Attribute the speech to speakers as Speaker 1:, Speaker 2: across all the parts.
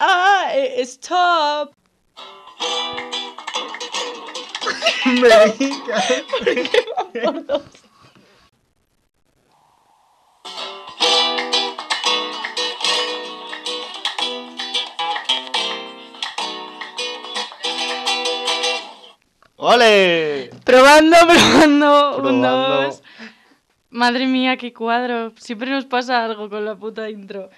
Speaker 1: ah, eh, stop.
Speaker 2: Me diga.
Speaker 1: Por dos.
Speaker 2: ¡Ole!
Speaker 1: Probando, probando, un,
Speaker 2: Probando.
Speaker 1: dos. Madre mía, qué cuadro. Siempre nos pasa algo con la puta intro.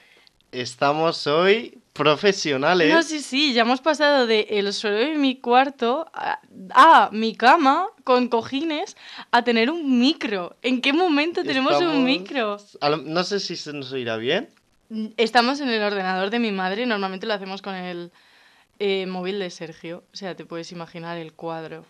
Speaker 2: Estamos hoy profesionales.
Speaker 1: No, sí, sí, ya hemos pasado de el suelo de mi cuarto a, a mi cama con cojines a tener un micro. ¿En qué momento tenemos
Speaker 2: Estamos-
Speaker 1: un micro?
Speaker 2: A lo- no sé si se nos oirá bien.
Speaker 1: Estamos en el ordenador de mi madre, normalmente lo hacemos con el eh, móvil de Sergio, o sea, te puedes imaginar el cuadro.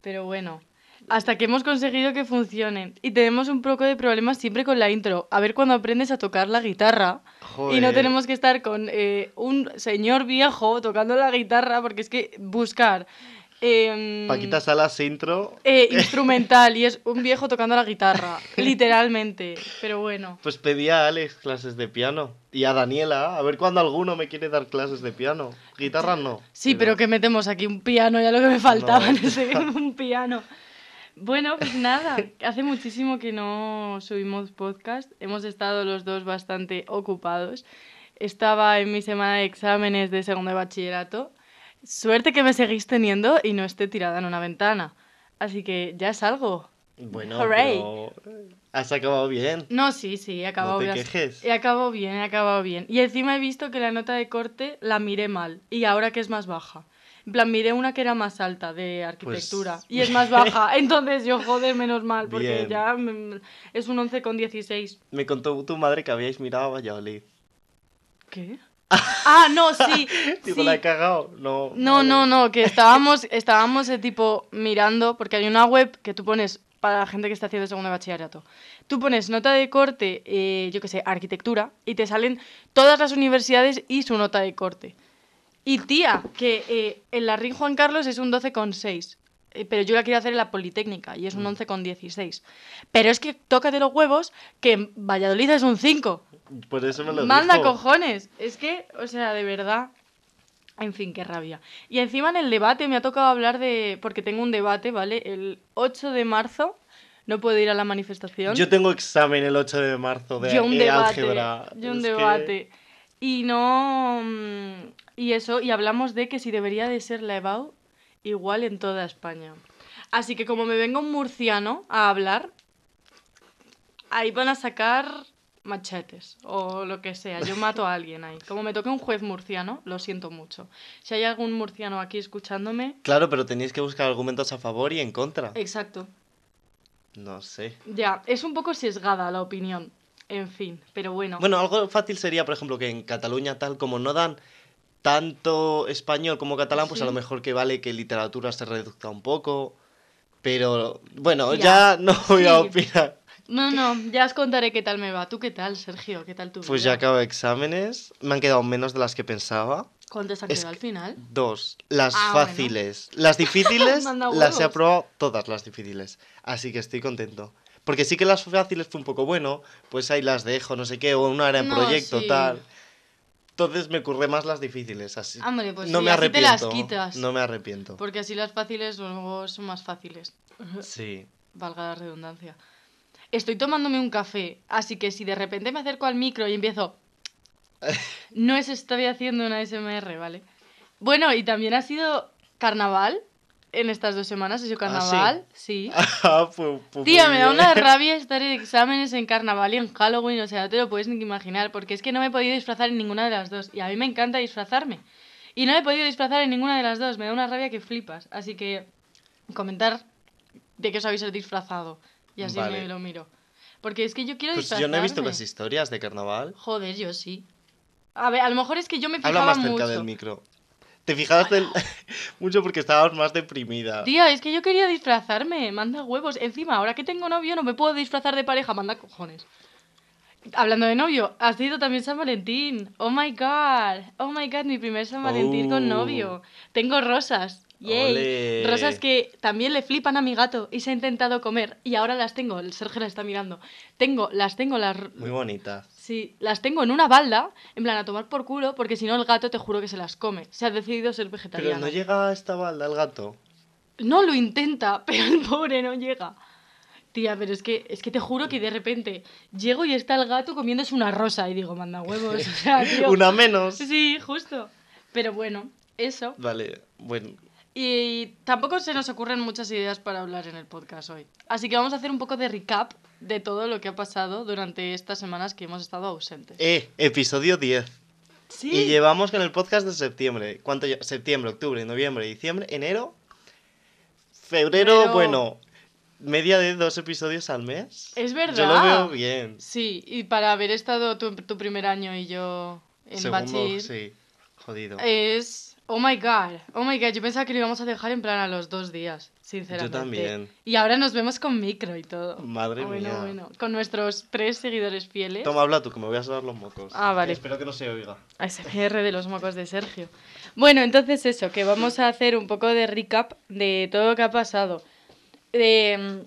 Speaker 1: Pero bueno, hasta que hemos conseguido que funcione. Y tenemos un poco de problemas siempre con la intro. A ver cuando aprendes a tocar la guitarra. Y no
Speaker 2: Joder.
Speaker 1: tenemos que estar con eh, un señor viejo tocando la guitarra, porque es que buscar... em,
Speaker 2: Paquita Salas intro.
Speaker 1: eh, instrumental y es un viejo tocando la guitarra, literalmente. Pero bueno.
Speaker 2: Pues pedí a Alex clases de piano. Y a Daniela, a ver cuándo alguno me quiere dar clases de piano. Guitarra no.
Speaker 1: Sí, pero, que metemos aquí un piano, ya lo que me faltaba en
Speaker 2: No.
Speaker 1: ese- un piano. Bueno, pues nada, hace muchísimo que no subimos podcast, hemos estado los dos bastante ocupados. Estaba en mi semana de exámenes de segundo de bachillerato. Suerte que me seguís teniendo y no esté tirada en una ventana. Así que ya salgo.
Speaker 2: Bueno,
Speaker 1: Hooray.
Speaker 2: pero has acabado bien.
Speaker 1: No, sí, sí, he acabado
Speaker 2: te
Speaker 1: bien.
Speaker 2: quejes.
Speaker 1: He acabado bien, he acabado bien. Y encima he visto que la nota de corte la miré mal. Y ahora que es más baja. En plan, miré una que era más alta de
Speaker 2: Pues
Speaker 1: arquitectura. Y es más baja. Entonces yo, joder, menos mal. Porque
Speaker 2: Bien.
Speaker 1: ya mm, es un 11 con 16.
Speaker 2: Me contó tu madre que habíais mirado a Valladolid.
Speaker 1: ¿Qué? ah, no, sí.
Speaker 2: Digo,
Speaker 1: sí.
Speaker 2: la he cagado. No.
Speaker 1: No,
Speaker 2: vale.
Speaker 1: no, no, que estábamos, estábamos eh, tipo mirando, porque hay una web que tú pones para la gente que está haciendo segundo de bachillerato. Tú pones nota de corte, eh, yo qué sé, arquitectura, y te salen todas las universidades y su nota de corte. Y tía, que eh, en la RIN Juan Carlos es un 12,6. eh, Pero yo la quiero hacer en la Politécnica y es un 11,16. Pero es que tócate los huevos que en Valladolid es un 5.
Speaker 2: Por eso me lo
Speaker 1: Manda
Speaker 2: dijo.
Speaker 1: cojones. Es que, o sea, de verdad. En fin, qué rabia. Y encima en el debate me ha tocado hablar de. Porque tengo un debate, ¿vale? El 8 de marzo no puedo ir a la manifestación.
Speaker 2: Yo tengo examen el 8 de marzo de,
Speaker 1: Yo un
Speaker 2: de
Speaker 1: debate.
Speaker 2: álgebra.
Speaker 1: Yo un
Speaker 2: Es que-
Speaker 1: debate. Y no. mm, Y eso, y hablamos de que si debería de ser la EBAU igual en toda España. Así que como me venga un murciano a hablar, ahí van a sacar machetes o lo que sea. Yo mato a alguien ahí. Como me toque un juez murciano, lo siento mucho. Si hay algún murciano aquí escuchándome,
Speaker 2: Claro, pero tenéis que buscar argumentos a favor y en contra.
Speaker 1: exacto.
Speaker 2: No sé.
Speaker 1: Ya, es un poco sesgada la opinión. En fin, pero bueno.
Speaker 2: Bueno, algo fácil sería, por ejemplo, que en Cataluña, tal como no dan tanto español como catalán, pues a
Speaker 1: Sí.
Speaker 2: lo mejor que vale que literatura se reduzca un poco. Pero bueno,
Speaker 1: Ya.
Speaker 2: ya, no voy a
Speaker 1: Sí.
Speaker 2: opinar.
Speaker 1: No, no, ya os contaré qué tal me va. ¿Tú qué tal, Sergio? ¿Qué tal tú?
Speaker 2: Pues ya acabo exámenes. Me han quedado menos de las que pensaba.
Speaker 1: ¿Cuántas han
Speaker 2: Es
Speaker 1: quedado al
Speaker 2: que-
Speaker 1: final?
Speaker 2: Dos. Las
Speaker 1: Ah, bueno.
Speaker 2: fáciles. Las difíciles
Speaker 1: Manda
Speaker 2: las he
Speaker 1: huevos.
Speaker 2: aprobado todas las difíciles. Así que estoy contento. Porque sí que las fáciles fue un poco bueno, pues ahí las dejo, no sé qué, o una era en
Speaker 1: No,
Speaker 2: proyecto,
Speaker 1: sí.
Speaker 2: tal. Entonces me curré más las difíciles, así.
Speaker 1: Hombre, pues
Speaker 2: no
Speaker 1: sí,
Speaker 2: me
Speaker 1: así te las
Speaker 2: arrepiento.
Speaker 1: quitas.
Speaker 2: No me arrepiento.
Speaker 1: Porque así las fáciles luego son más fáciles,
Speaker 2: Sí.
Speaker 1: valga la redundancia. Estoy tomándome un café, así que si de repente me acerco al micro y empiezo... No es estoy haciendo una SMR, ¿vale? Bueno, y también ha sido carnaval en estas dos semanas, ha sido
Speaker 2: Ah, ¿sí?
Speaker 1: carnaval, sí.
Speaker 2: Ah, pues- pues
Speaker 1: Tía,
Speaker 2: muy
Speaker 1: me da
Speaker 2: bien.
Speaker 1: una rabia estar en exámenes en carnaval y en Halloween, o sea, no te lo puedes ni imaginar, porque es que no me he podido disfrazar en ninguna de las dos, y a mí me encanta disfrazarme. Y no me he podido disfrazar en ninguna de las dos, me da una rabia que flipas, así que comentar de qué os habéis disfrazado, y así
Speaker 2: Vale.
Speaker 1: me lo miro. Porque es que yo quiero
Speaker 2: Pues
Speaker 1: disfrazarme.
Speaker 2: yo no he visto las historias de carnaval.
Speaker 1: Joder, yo sí. A ver, a lo mejor es que yo me fijaba
Speaker 2: Habla más cerca
Speaker 1: mucho.
Speaker 2: del micro. Te fijabas del- mucho porque estabas más deprimida.
Speaker 1: Tía, es que yo quería disfrazarme, manda huevos. Encima, ahora que tengo novio, no me puedo disfrazar de pareja, manda cojones. Hablando de novio, ha sido también San Valentín. Oh my god, oh my god, mi primer San Valentín con
Speaker 2: Oh.
Speaker 1: novio. Tengo rosas. Yay.
Speaker 2: Ole.
Speaker 1: Rosas que también le flipan a mi gato y se ha intentado comer y ahora las tengo, el Sergio las está mirando. Tengo, las tengo, las
Speaker 2: Muy bonita.
Speaker 1: Sí, las tengo en una balda, en plan a tomar por culo, porque si no el gato te juro que se las come. Se ha decidido ser
Speaker 2: Pero
Speaker 1: vegetariano.
Speaker 2: no llega a esta balda el gato.
Speaker 1: No lo intenta, pero el pobre no llega. Tía, pero es que, es que te juro que de repente llego y está el gato comiéndose una rosa y digo, manda huevos. O sea, Ah, tío.
Speaker 2: Una menos.
Speaker 1: Sí, justo. Pero bueno, eso.
Speaker 2: Vale, bueno.
Speaker 1: Y tampoco se nos ocurren muchas ideas para hablar en el podcast hoy. Así que vamos a hacer un poco de recap de todo lo que ha pasado durante estas semanas que hemos estado ausentes.
Speaker 2: Eh, episodio 10.
Speaker 1: sí.
Speaker 2: Y llevamos con el podcast de septiembre. ¿Cuánto lle- Septiembre, octubre, noviembre, diciembre, enero. Febrero,
Speaker 1: Febrero.
Speaker 2: bueno. Media de dos episodios al mes.
Speaker 1: Es verdad.
Speaker 2: Yo lo veo bien.
Speaker 1: Sí, y para haber estado tu, tu primer año y yo en
Speaker 2: Segundo,
Speaker 1: bachiller,
Speaker 2: sí. Jodido.
Speaker 1: es... Oh my god, oh my god, yo pensaba que lo íbamos a dejar en plan a los dos días, sinceramente.
Speaker 2: también.
Speaker 1: Y ahora nos vemos con micro y todo.
Speaker 2: Madre
Speaker 1: bueno,
Speaker 2: mía.
Speaker 1: Bueno, con nuestros tres seguidores fieles.
Speaker 2: Toma, habla tú, que me voy a sonar los mocos.
Speaker 1: Ah, vale.
Speaker 2: Espero que no se oiga.
Speaker 1: ASMR de los mocos de Sergio. Bueno, entonces eso, que vamos a hacer un poco de recap de todo lo que ha pasado. De,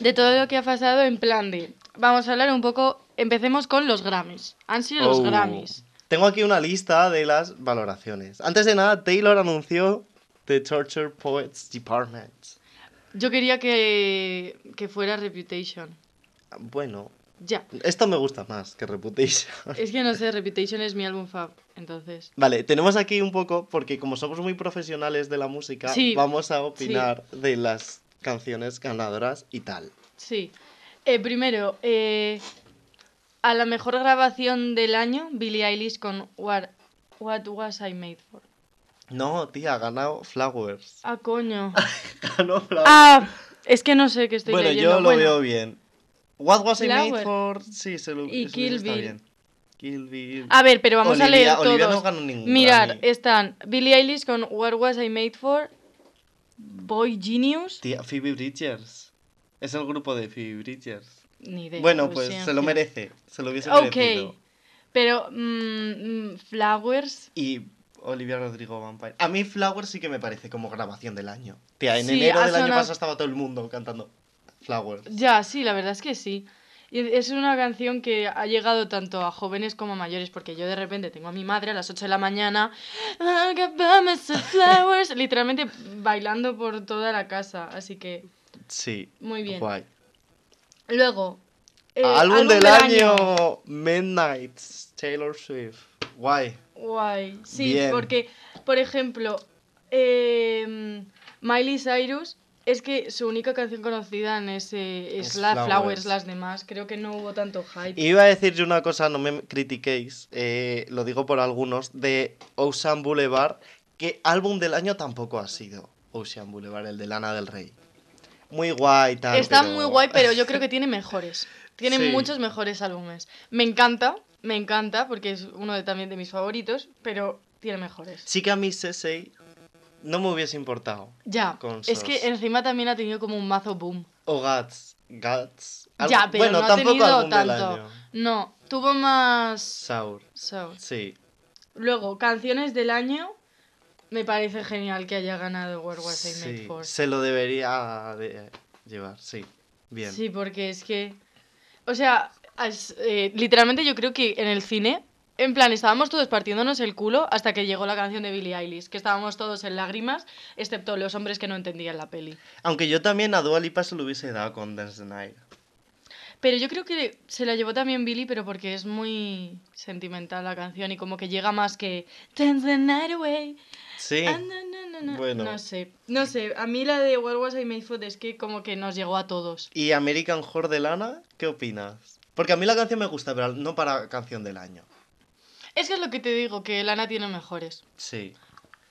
Speaker 1: de todo lo que ha pasado en plan de... Vamos a hablar un poco... Empecemos con los Grammys. Han sido los
Speaker 2: Oh.
Speaker 1: Grammys.
Speaker 2: Tengo aquí una lista de las valoraciones. Antes de nada, Taylor anunció The Torture Poets Department.
Speaker 1: Yo quería que, que fuera Reputation.
Speaker 2: Bueno,
Speaker 1: Ya.
Speaker 2: esto me gusta más que Reputation.
Speaker 1: Es que no sé, Reputation es mi álbum fab, entonces...
Speaker 2: Vale, tenemos aquí un poco, porque como somos muy profesionales de la música,
Speaker 1: Sí.
Speaker 2: vamos a opinar de las canciones ganadoras y tal.
Speaker 1: Sí. Eh, primero, eh, a la mejor grabación del año, Billie Eilish con What, What Was I Made For.
Speaker 2: No, tía, ha ganado Flowers.
Speaker 1: Ah, coño.
Speaker 2: Ganó Flowers.
Speaker 1: Ah, es que no sé qué estoy
Speaker 2: bueno,
Speaker 1: leyendo.
Speaker 2: yo lo
Speaker 1: Bueno,
Speaker 2: veo bien. What was I made
Speaker 1: Flower.
Speaker 2: for? Sí, se lo
Speaker 1: Y
Speaker 2: se-
Speaker 1: Kill
Speaker 2: está
Speaker 1: Bill.
Speaker 2: bien. Kill Bill.
Speaker 1: A ver, pero vamos a
Speaker 2: Olivia-
Speaker 1: leer
Speaker 2: Olivia no
Speaker 1: todos.
Speaker 2: ganó ningún
Speaker 1: Mirad,
Speaker 2: Grammy.
Speaker 1: están Billie Eilish con What Was I Made For, Boy Genius.
Speaker 2: Tía, Phoebe Bridgers. Es el grupo de Phoebe Bridgers.
Speaker 1: Ni idea.
Speaker 2: bueno,
Speaker 1: lo
Speaker 2: pues se
Speaker 1: siento.
Speaker 2: lo merece. Se lo hubiese merecido.
Speaker 1: Ok. Pero, mm, mm, Flowers.
Speaker 2: Y Olivia Rodrigo Vampire. A mí Flowers sí que me parece como grabación del año. Tía, en
Speaker 1: Sí,
Speaker 2: enero
Speaker 1: ha
Speaker 2: del año
Speaker 1: sonado-
Speaker 2: pasado estaba todo el mundo cantando Flowers.
Speaker 1: Ya, sí, la verdad es que sí. Y es una canción que ha llegado tanto a jóvenes como a mayores, porque yo de repente tengo a mi madre a las 8 de la mañana, "I'll get by myself flowers", literalmente bailando por toda la casa, así que
Speaker 2: Sí.
Speaker 1: muy bien.
Speaker 2: Guay.
Speaker 1: Luego, eh,
Speaker 2: álbum, del, año. Midnight. Taylor Swift. Guay.
Speaker 1: Guay, sí,
Speaker 2: Bien.
Speaker 1: porque, por ejemplo, eh, Miley Cyrus es que su única canción conocida en ese es,
Speaker 2: Es
Speaker 1: la
Speaker 2: Flowers.
Speaker 1: Flowers. las demás creo que no hubo tanto hype.
Speaker 2: Iba a decir yo una cosa, no me critiquéis, eh, lo digo por algunos, de Ocean Boulevard, que álbum del año tampoco ha sido Ocean Boulevard, el de Lana del Rey. Muy guay, tal.
Speaker 1: Está
Speaker 2: pero-
Speaker 1: muy guay, pero yo creo que tiene mejores. Tiene
Speaker 2: Sí.
Speaker 1: muchos mejores álbumes. Me encanta, me encanta, porque es uno de, también de mis favoritos, pero tiene mejores.
Speaker 2: Sí que a mí Sensei no me hubiese importado.
Speaker 1: Ya,
Speaker 2: Con
Speaker 1: es
Speaker 2: Sos.
Speaker 1: que encima también ha tenido como un mazo boom.
Speaker 2: O Guts. Guts. algo-
Speaker 1: Ya, pero
Speaker 2: bueno,
Speaker 1: no ha
Speaker 2: tampoco
Speaker 1: tenido
Speaker 2: álbum del
Speaker 1: tanto.
Speaker 2: año.
Speaker 1: No, tuvo más...
Speaker 2: Saur.
Speaker 1: Sos.
Speaker 2: Sí.
Speaker 1: Luego, canciones del año. Me parece genial que haya ganado Where Was I Made
Speaker 2: sí,
Speaker 1: For.
Speaker 2: Se lo debería de llevar, sí. Bien.
Speaker 1: Sí, porque es que. O sea, as- eh, literalmente yo creo que en el cine, en plan, estábamos todos partiéndonos el culo hasta que llegó la canción de Billie Eilish, que estábamos todos en lágrimas, excepto los hombres que no entendían la peli.
Speaker 2: Aunque yo también a Dua Lipa se lo hubiese dado con Dance the Night.
Speaker 1: Pero yo creo que se la llevó también Billie, pero porque es muy sentimental la canción y como que llega más que. Dance the night away.
Speaker 2: Sí.
Speaker 1: Ah, no, no, no, no.
Speaker 2: Bueno.
Speaker 1: No sé. No sé. A mí la de What Was I Made For es que como que nos llegó a todos.
Speaker 2: ¿Y American Horror de Lana? ¿Qué opinas? Porque a mí la canción me gusta, pero no para canción del año.
Speaker 1: Es que es lo que te digo, que Lana tiene mejores.
Speaker 2: Sí.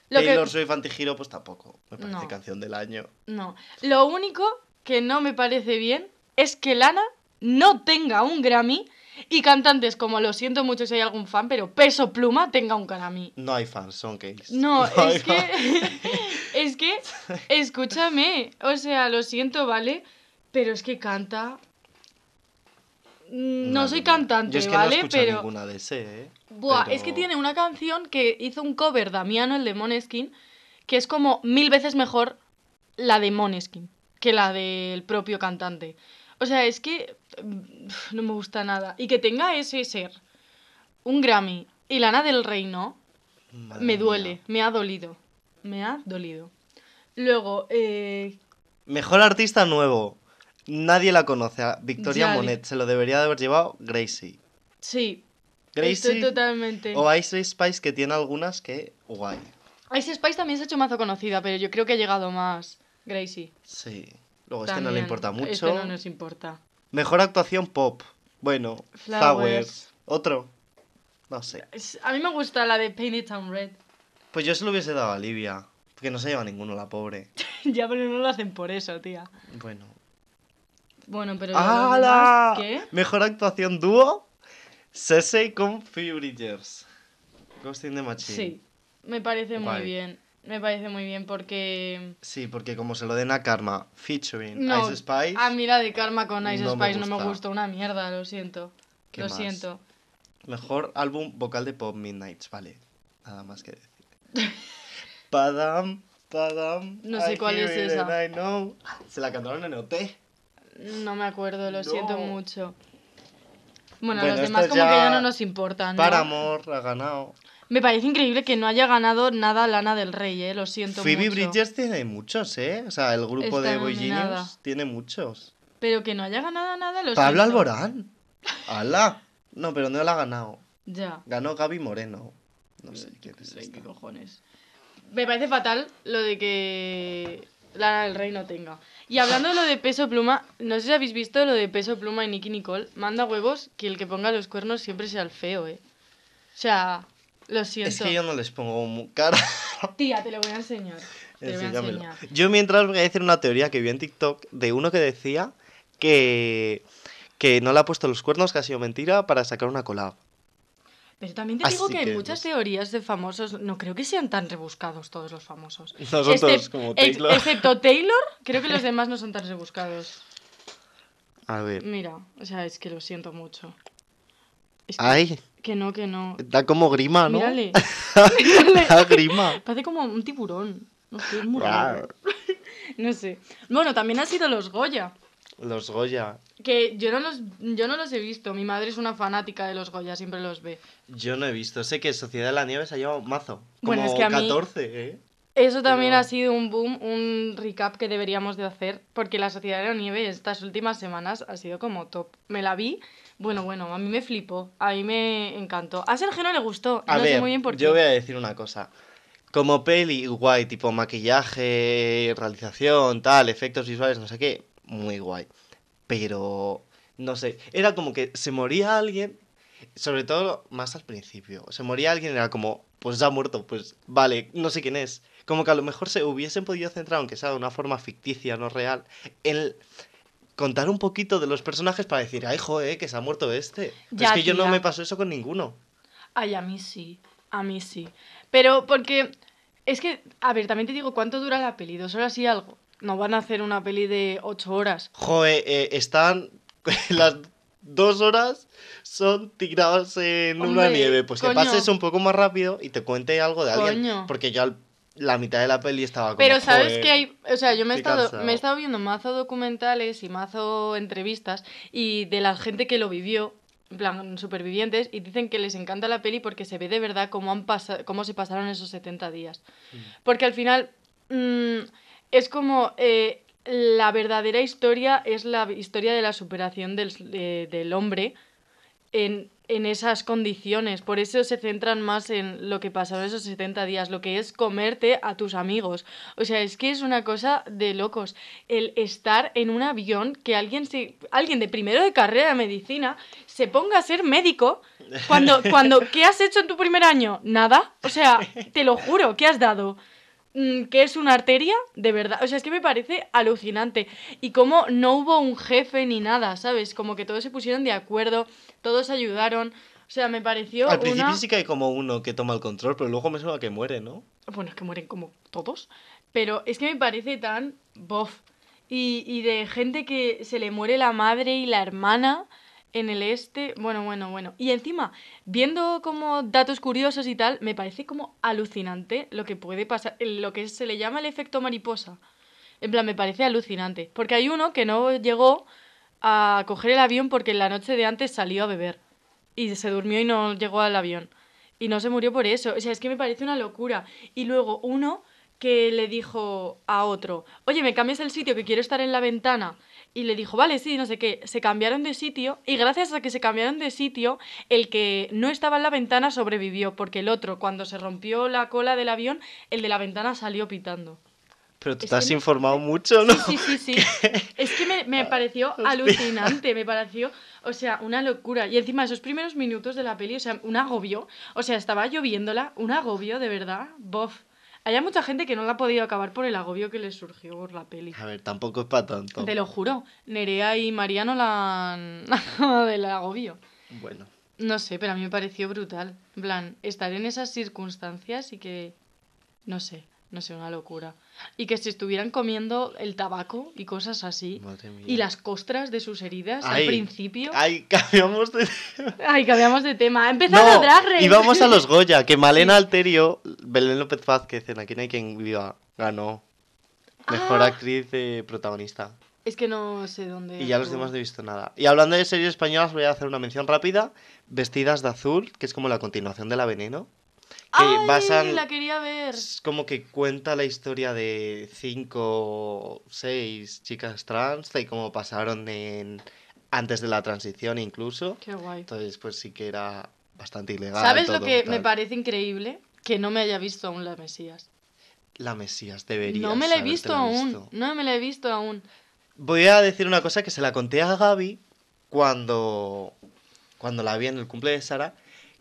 Speaker 1: Lo que-
Speaker 2: Taylor Swift Antigiro, pues tampoco. Me parece
Speaker 1: No.
Speaker 2: canción del año.
Speaker 1: No. Lo único que no me parece bien es que Lana no tenga un Grammy y cantantes como Lo siento mucho si hay algún fan, pero Peso Pluma tenga un Grammy.
Speaker 2: No hay fans, son gays.
Speaker 1: No,
Speaker 2: hay
Speaker 1: es que.
Speaker 2: fans.
Speaker 1: es que. Escúchame. O sea, lo siento, ¿vale? Pero es que canta. Mm, No,
Speaker 2: Madre
Speaker 1: soy
Speaker 2: mía.
Speaker 1: cantante,
Speaker 2: Yo es que no
Speaker 1: ¿vale?
Speaker 2: he escuchado
Speaker 1: pero.
Speaker 2: ninguna de ese, ¿eh?
Speaker 1: Buah,
Speaker 2: Pero-
Speaker 1: es que tiene una canción que hizo un cover Damiano, el de Moneskin, que es como mil veces mejor la de Moneskin que la del propio cantante. O sea, es que mm, no me gusta nada. Y que tenga ese ser, un Grammy y Lana del Rey, ¿no?
Speaker 2: Madre
Speaker 1: Me
Speaker 2: mía.
Speaker 1: duele, me ha dolido. Me ha dolido. Luego, eh,
Speaker 2: Mejor artista nuevo. Nadie la conoce. a Victoria
Speaker 1: Yari.
Speaker 2: Monet. Se lo debería de haber llevado Gracie.
Speaker 1: sí, estoy
Speaker 2: Gracie
Speaker 1: totalmente...
Speaker 2: o Ice Spice que tiene algunas que guay.
Speaker 1: Ice Spice también se ha hecho mazo conocida, pero yo creo que ha llegado más Gracie.
Speaker 2: Sí. Luego este no le
Speaker 1: También.
Speaker 2: importa mucho.
Speaker 1: Este no nos importa.
Speaker 2: Mejor actuación pop. Bueno,
Speaker 1: Flowers.
Speaker 2: Flowers. Otro. No sé.
Speaker 1: Es- a mí me gusta la de Painted Town Red.
Speaker 2: Pues yo se lo hubiese dado a Livia. Porque no se lleva ninguno la pobre.
Speaker 1: ya, pero no lo hacen por eso, tía.
Speaker 2: Bueno.
Speaker 1: Bueno, pero...
Speaker 2: ¡Hala!
Speaker 1: ¿Qué?
Speaker 2: Mejor actuación dúo. Cersei con Phoebe Bridgers. Ghost in the Machine.
Speaker 1: Sí, me parece
Speaker 2: Guay.
Speaker 1: muy bien. Me parece muy bien porque...
Speaker 2: Sí, porque como se lo den a Karma featuring
Speaker 1: No,
Speaker 2: Ice Spice.
Speaker 1: A mí la de Karma con Ice
Speaker 2: No me
Speaker 1: Spice no me
Speaker 2: gusta.
Speaker 1: gustó una mierda, lo siento.
Speaker 2: ¿Qué
Speaker 1: lo
Speaker 2: más?
Speaker 1: siento.
Speaker 2: Mejor álbum vocal de pop Midnights, vale. Nada más que decir. Padam, padam.
Speaker 1: No sé
Speaker 2: I
Speaker 1: cuál
Speaker 2: hear
Speaker 1: es
Speaker 2: it and
Speaker 1: esa.
Speaker 2: I know. Ah, Se la cantaron en E OT.
Speaker 1: No me acuerdo, lo
Speaker 2: No.
Speaker 1: siento mucho.
Speaker 2: Bueno,
Speaker 1: Bueno, los
Speaker 2: esto
Speaker 1: demás como
Speaker 2: ya-
Speaker 1: que ya no nos importan. ¿no?
Speaker 2: Para amor, ha ganado.
Speaker 1: Me parece increíble que no haya ganado nada Lana del Rey, eh, lo siento
Speaker 2: Phoebe
Speaker 1: mucho.
Speaker 2: Bridgers tiene muchos, ¿eh? O sea, el grupo
Speaker 1: Está
Speaker 2: de Boy
Speaker 1: nominada.
Speaker 2: Genius tiene muchos.
Speaker 1: Pero que no haya ganado nada, lo
Speaker 2: Pablo
Speaker 1: siento.
Speaker 2: Alborán. ¡Hala! No, pero no la ha ganado.
Speaker 1: Ya.
Speaker 2: Ganó Gaby Moreno. No sé quién es
Speaker 1: ¿Qué
Speaker 2: esta.
Speaker 1: cojones? Me parece fatal lo de que Lana del Rey no tenga. Y hablando de lo de peso pluma, no sé si habéis visto lo de peso pluma y Nicky Nicole. Manda huevos que el que ponga los cuernos siempre sea el feo, eh. O sea, lo siento.
Speaker 2: Es que yo no les pongo mu- cara.
Speaker 1: Tía, te lo voy a enseñar. Te lo voy a
Speaker 2: Enséñamelo.
Speaker 1: enseñar.
Speaker 2: Yo mientras voy a decir una teoría que vi en TikTok de uno que decía que, que no le ha puesto los cuernos, que ha sido mentira, para sacar una collab.
Speaker 1: Pero también te digo
Speaker 2: Así
Speaker 1: que hay
Speaker 2: que los-
Speaker 1: muchas teorías de famosos. No creo que sean tan rebuscados todos los famosos.
Speaker 2: Nosotros,
Speaker 1: Excep-
Speaker 2: como
Speaker 1: ex-
Speaker 2: Taylor.
Speaker 1: Excepto Taylor, creo que los demás no son tan rebuscados.
Speaker 2: A ver.
Speaker 1: Mira, o sea, es que lo siento mucho. Es que,
Speaker 2: Ay,
Speaker 1: que no, que no.
Speaker 2: da como grima, ¿no?
Speaker 1: Mírale.
Speaker 2: da grima.
Speaker 1: Parece como un tiburón. No sé, es muy raro. No sé. Bueno, también han sido los Goya.
Speaker 2: Los Goya.
Speaker 1: Que yo no los, yo no los he visto. Mi madre es una fanática de los Goya, siempre los ve.
Speaker 2: Yo no he visto. Sé que Sociedad de la Nieve se ha llevado mazo. Como
Speaker 1: Bueno, es que a mí-
Speaker 2: 14, ¿eh?
Speaker 1: Eso también
Speaker 2: Pero-
Speaker 1: ha sido un boom, un recap que deberíamos de hacer, porque la Sociedad de la Nieve estas últimas semanas ha sido como top. Me la vi, bueno, bueno, a mí me flipó, a mí me encantó. A Sergio no le gustó,
Speaker 2: A
Speaker 1: no
Speaker 2: ver,
Speaker 1: sé muy bien por qué.
Speaker 2: yo voy a decir una cosa. Como peli, guay, tipo maquillaje, realización, tal, efectos visuales, no sé qué, muy guay. Pero, no sé, era como que se moría alguien, sobre todo más al principio, se moría alguien, era como, pues ya ha muerto, pues vale, no sé quién es. Como que a lo mejor se hubiesen podido centrar, aunque sea de una forma ficticia, no real, en contar un poquito de los personajes para decir, ay, joder, que se ha muerto este. Pero
Speaker 1: Ya,
Speaker 2: es que yo no
Speaker 1: tía.
Speaker 2: me pasó eso con ninguno.
Speaker 1: Ay, a mí sí, a mí sí. Pero porque es que, a ver, también te digo, ¿cuánto dura la peli? ¿Dos horas y algo? No van a hacer una peli de ocho horas.
Speaker 2: Joder, eh, están las dos horas son tiradas en una
Speaker 1: Hombre,
Speaker 2: nieve. Pues
Speaker 1: coño.
Speaker 2: que pases un poco más rápido y te cuente algo de alguien.
Speaker 1: Coño.
Speaker 2: Porque yo al- la mitad de la peli estaba como.
Speaker 1: Pero sabes
Speaker 2: "Joder".
Speaker 1: que hay, o sea, yo me he,
Speaker 2: estoy
Speaker 1: estado,
Speaker 2: cansado.
Speaker 1: me he estado viendo mazo documentales y mazo entrevistas y de la gente que lo vivió, en plan supervivientes, y dicen que les encanta la peli porque se ve de verdad cómo, han pasa- cómo se pasaron esos 70 días. Porque al final mm, es como eh, la verdadera historia es la historia de la superación del, de- del hombre en, en esas condiciones. Por eso se centran más en lo que pasaron esos 70 días, lo que es comerte a tus amigos. O sea, es que es una cosa de locos. El estar en un avión que alguien, se, alguien de primero de carrera de medicina se ponga a ser médico cuando, cuando ¿qué has hecho en tu primer año? Nada. O sea, te lo juro, ¿qué has dado? Mm, ¿Qué es una arteria? De verdad. O sea, es que me parece alucinante. Y como no hubo un jefe ni nada, ¿sabes? Como que todos se pusieron de acuerdo, todos ayudaron. O sea, me pareció
Speaker 2: Al principio
Speaker 1: una...
Speaker 2: sí que hay como uno que toma el control, pero luego me suena que muere, ¿no?
Speaker 1: Bueno, es que mueren como todos. Pero es que me parece tan bof. Y, y de gente que se le muere la madre y la hermana. en el este. Bueno, bueno, bueno. Y encima, viendo como datos curiosos y tal, me parece como alucinante lo que puede pasar, lo que se le llama el efecto mariposa. En plan, me parece alucinante. Porque hay uno que no llegó a coger el avión porque la noche de antes salió a beber. Y se durmió y no llegó al avión. Y no se murió por eso. O sea, es que me parece una locura. Y luego uno que le dijo a otro, oye, me cambias el sitio que quiero estar en la ventana. Y le dijo, vale, sí, no sé qué. Se cambiaron de sitio y gracias a que se cambiaron de sitio, el que no estaba en la ventana sobrevivió, porque el otro, cuando se rompió la cola del avión, el de la ventana salió pitando.
Speaker 2: Pero tú
Speaker 1: Es
Speaker 2: te
Speaker 1: que
Speaker 2: has
Speaker 1: me-
Speaker 2: informado mucho, ¿no?
Speaker 1: Sí, sí, sí. sí. Es que me, me pareció alucinante, me pareció, o sea, una locura. Y encima, esos primeros minutos de la peli, o sea, un agobio. O sea, estaba lloviéndola, un agobio, de verdad. Bof. Hay mucha gente que no la ha podido acabar por el agobio que les surgió por la peli.
Speaker 2: A ver, tampoco es para tanto.
Speaker 1: Te lo juro, Nerea y Mariano la han acabado del agobio.
Speaker 2: Bueno.
Speaker 1: No sé, pero a mí me pareció brutal. En plan, estar en esas circunstancias y que. No sé, no sé, una locura. Y que se estuvieran comiendo el tabaco y cosas así.
Speaker 2: Madre mía.
Speaker 1: Y las costras de sus heridas
Speaker 2: Ay, Ah.
Speaker 1: al principio. Ay,
Speaker 2: Ay, cambiamos de.
Speaker 1: cambiamos de tema. Ha empezado
Speaker 2: No,
Speaker 1: Drag Race.
Speaker 2: y vamos a los Goya, que Malena Alterio, Belén López Vázquez, en Aquí no hay quien viva, ganó. Mejor
Speaker 1: Ah.
Speaker 2: actriz eh, protagonista.
Speaker 1: Es que no sé dónde.
Speaker 2: Y ya los
Speaker 1: estuvo.
Speaker 2: demás no he visto nada. Y hablando de series españolas, voy a hacer una mención rápida. Vestidas de azul, que es como la continuación de La Veneno. Que
Speaker 1: ¡Ay!
Speaker 2: basan.
Speaker 1: La quería ver.
Speaker 2: Es como que cuenta la historia de cinco, seis chicas trans y cómo pasaron en, antes de la transición incluso.
Speaker 1: Qué guay.
Speaker 2: Entonces, pues sí que era bastante ilegal.
Speaker 1: ¿Sabes lo
Speaker 2: todo,
Speaker 1: que
Speaker 2: tal.
Speaker 1: me parece increíble? Que no me haya visto aún la Mesías.
Speaker 2: La Mesías, debería.
Speaker 1: no me la he visto aún. No me la he visto aún.
Speaker 2: Voy a decir una cosa que se la conté a Gaby cuando, cuando la vi en el cumple de Sara,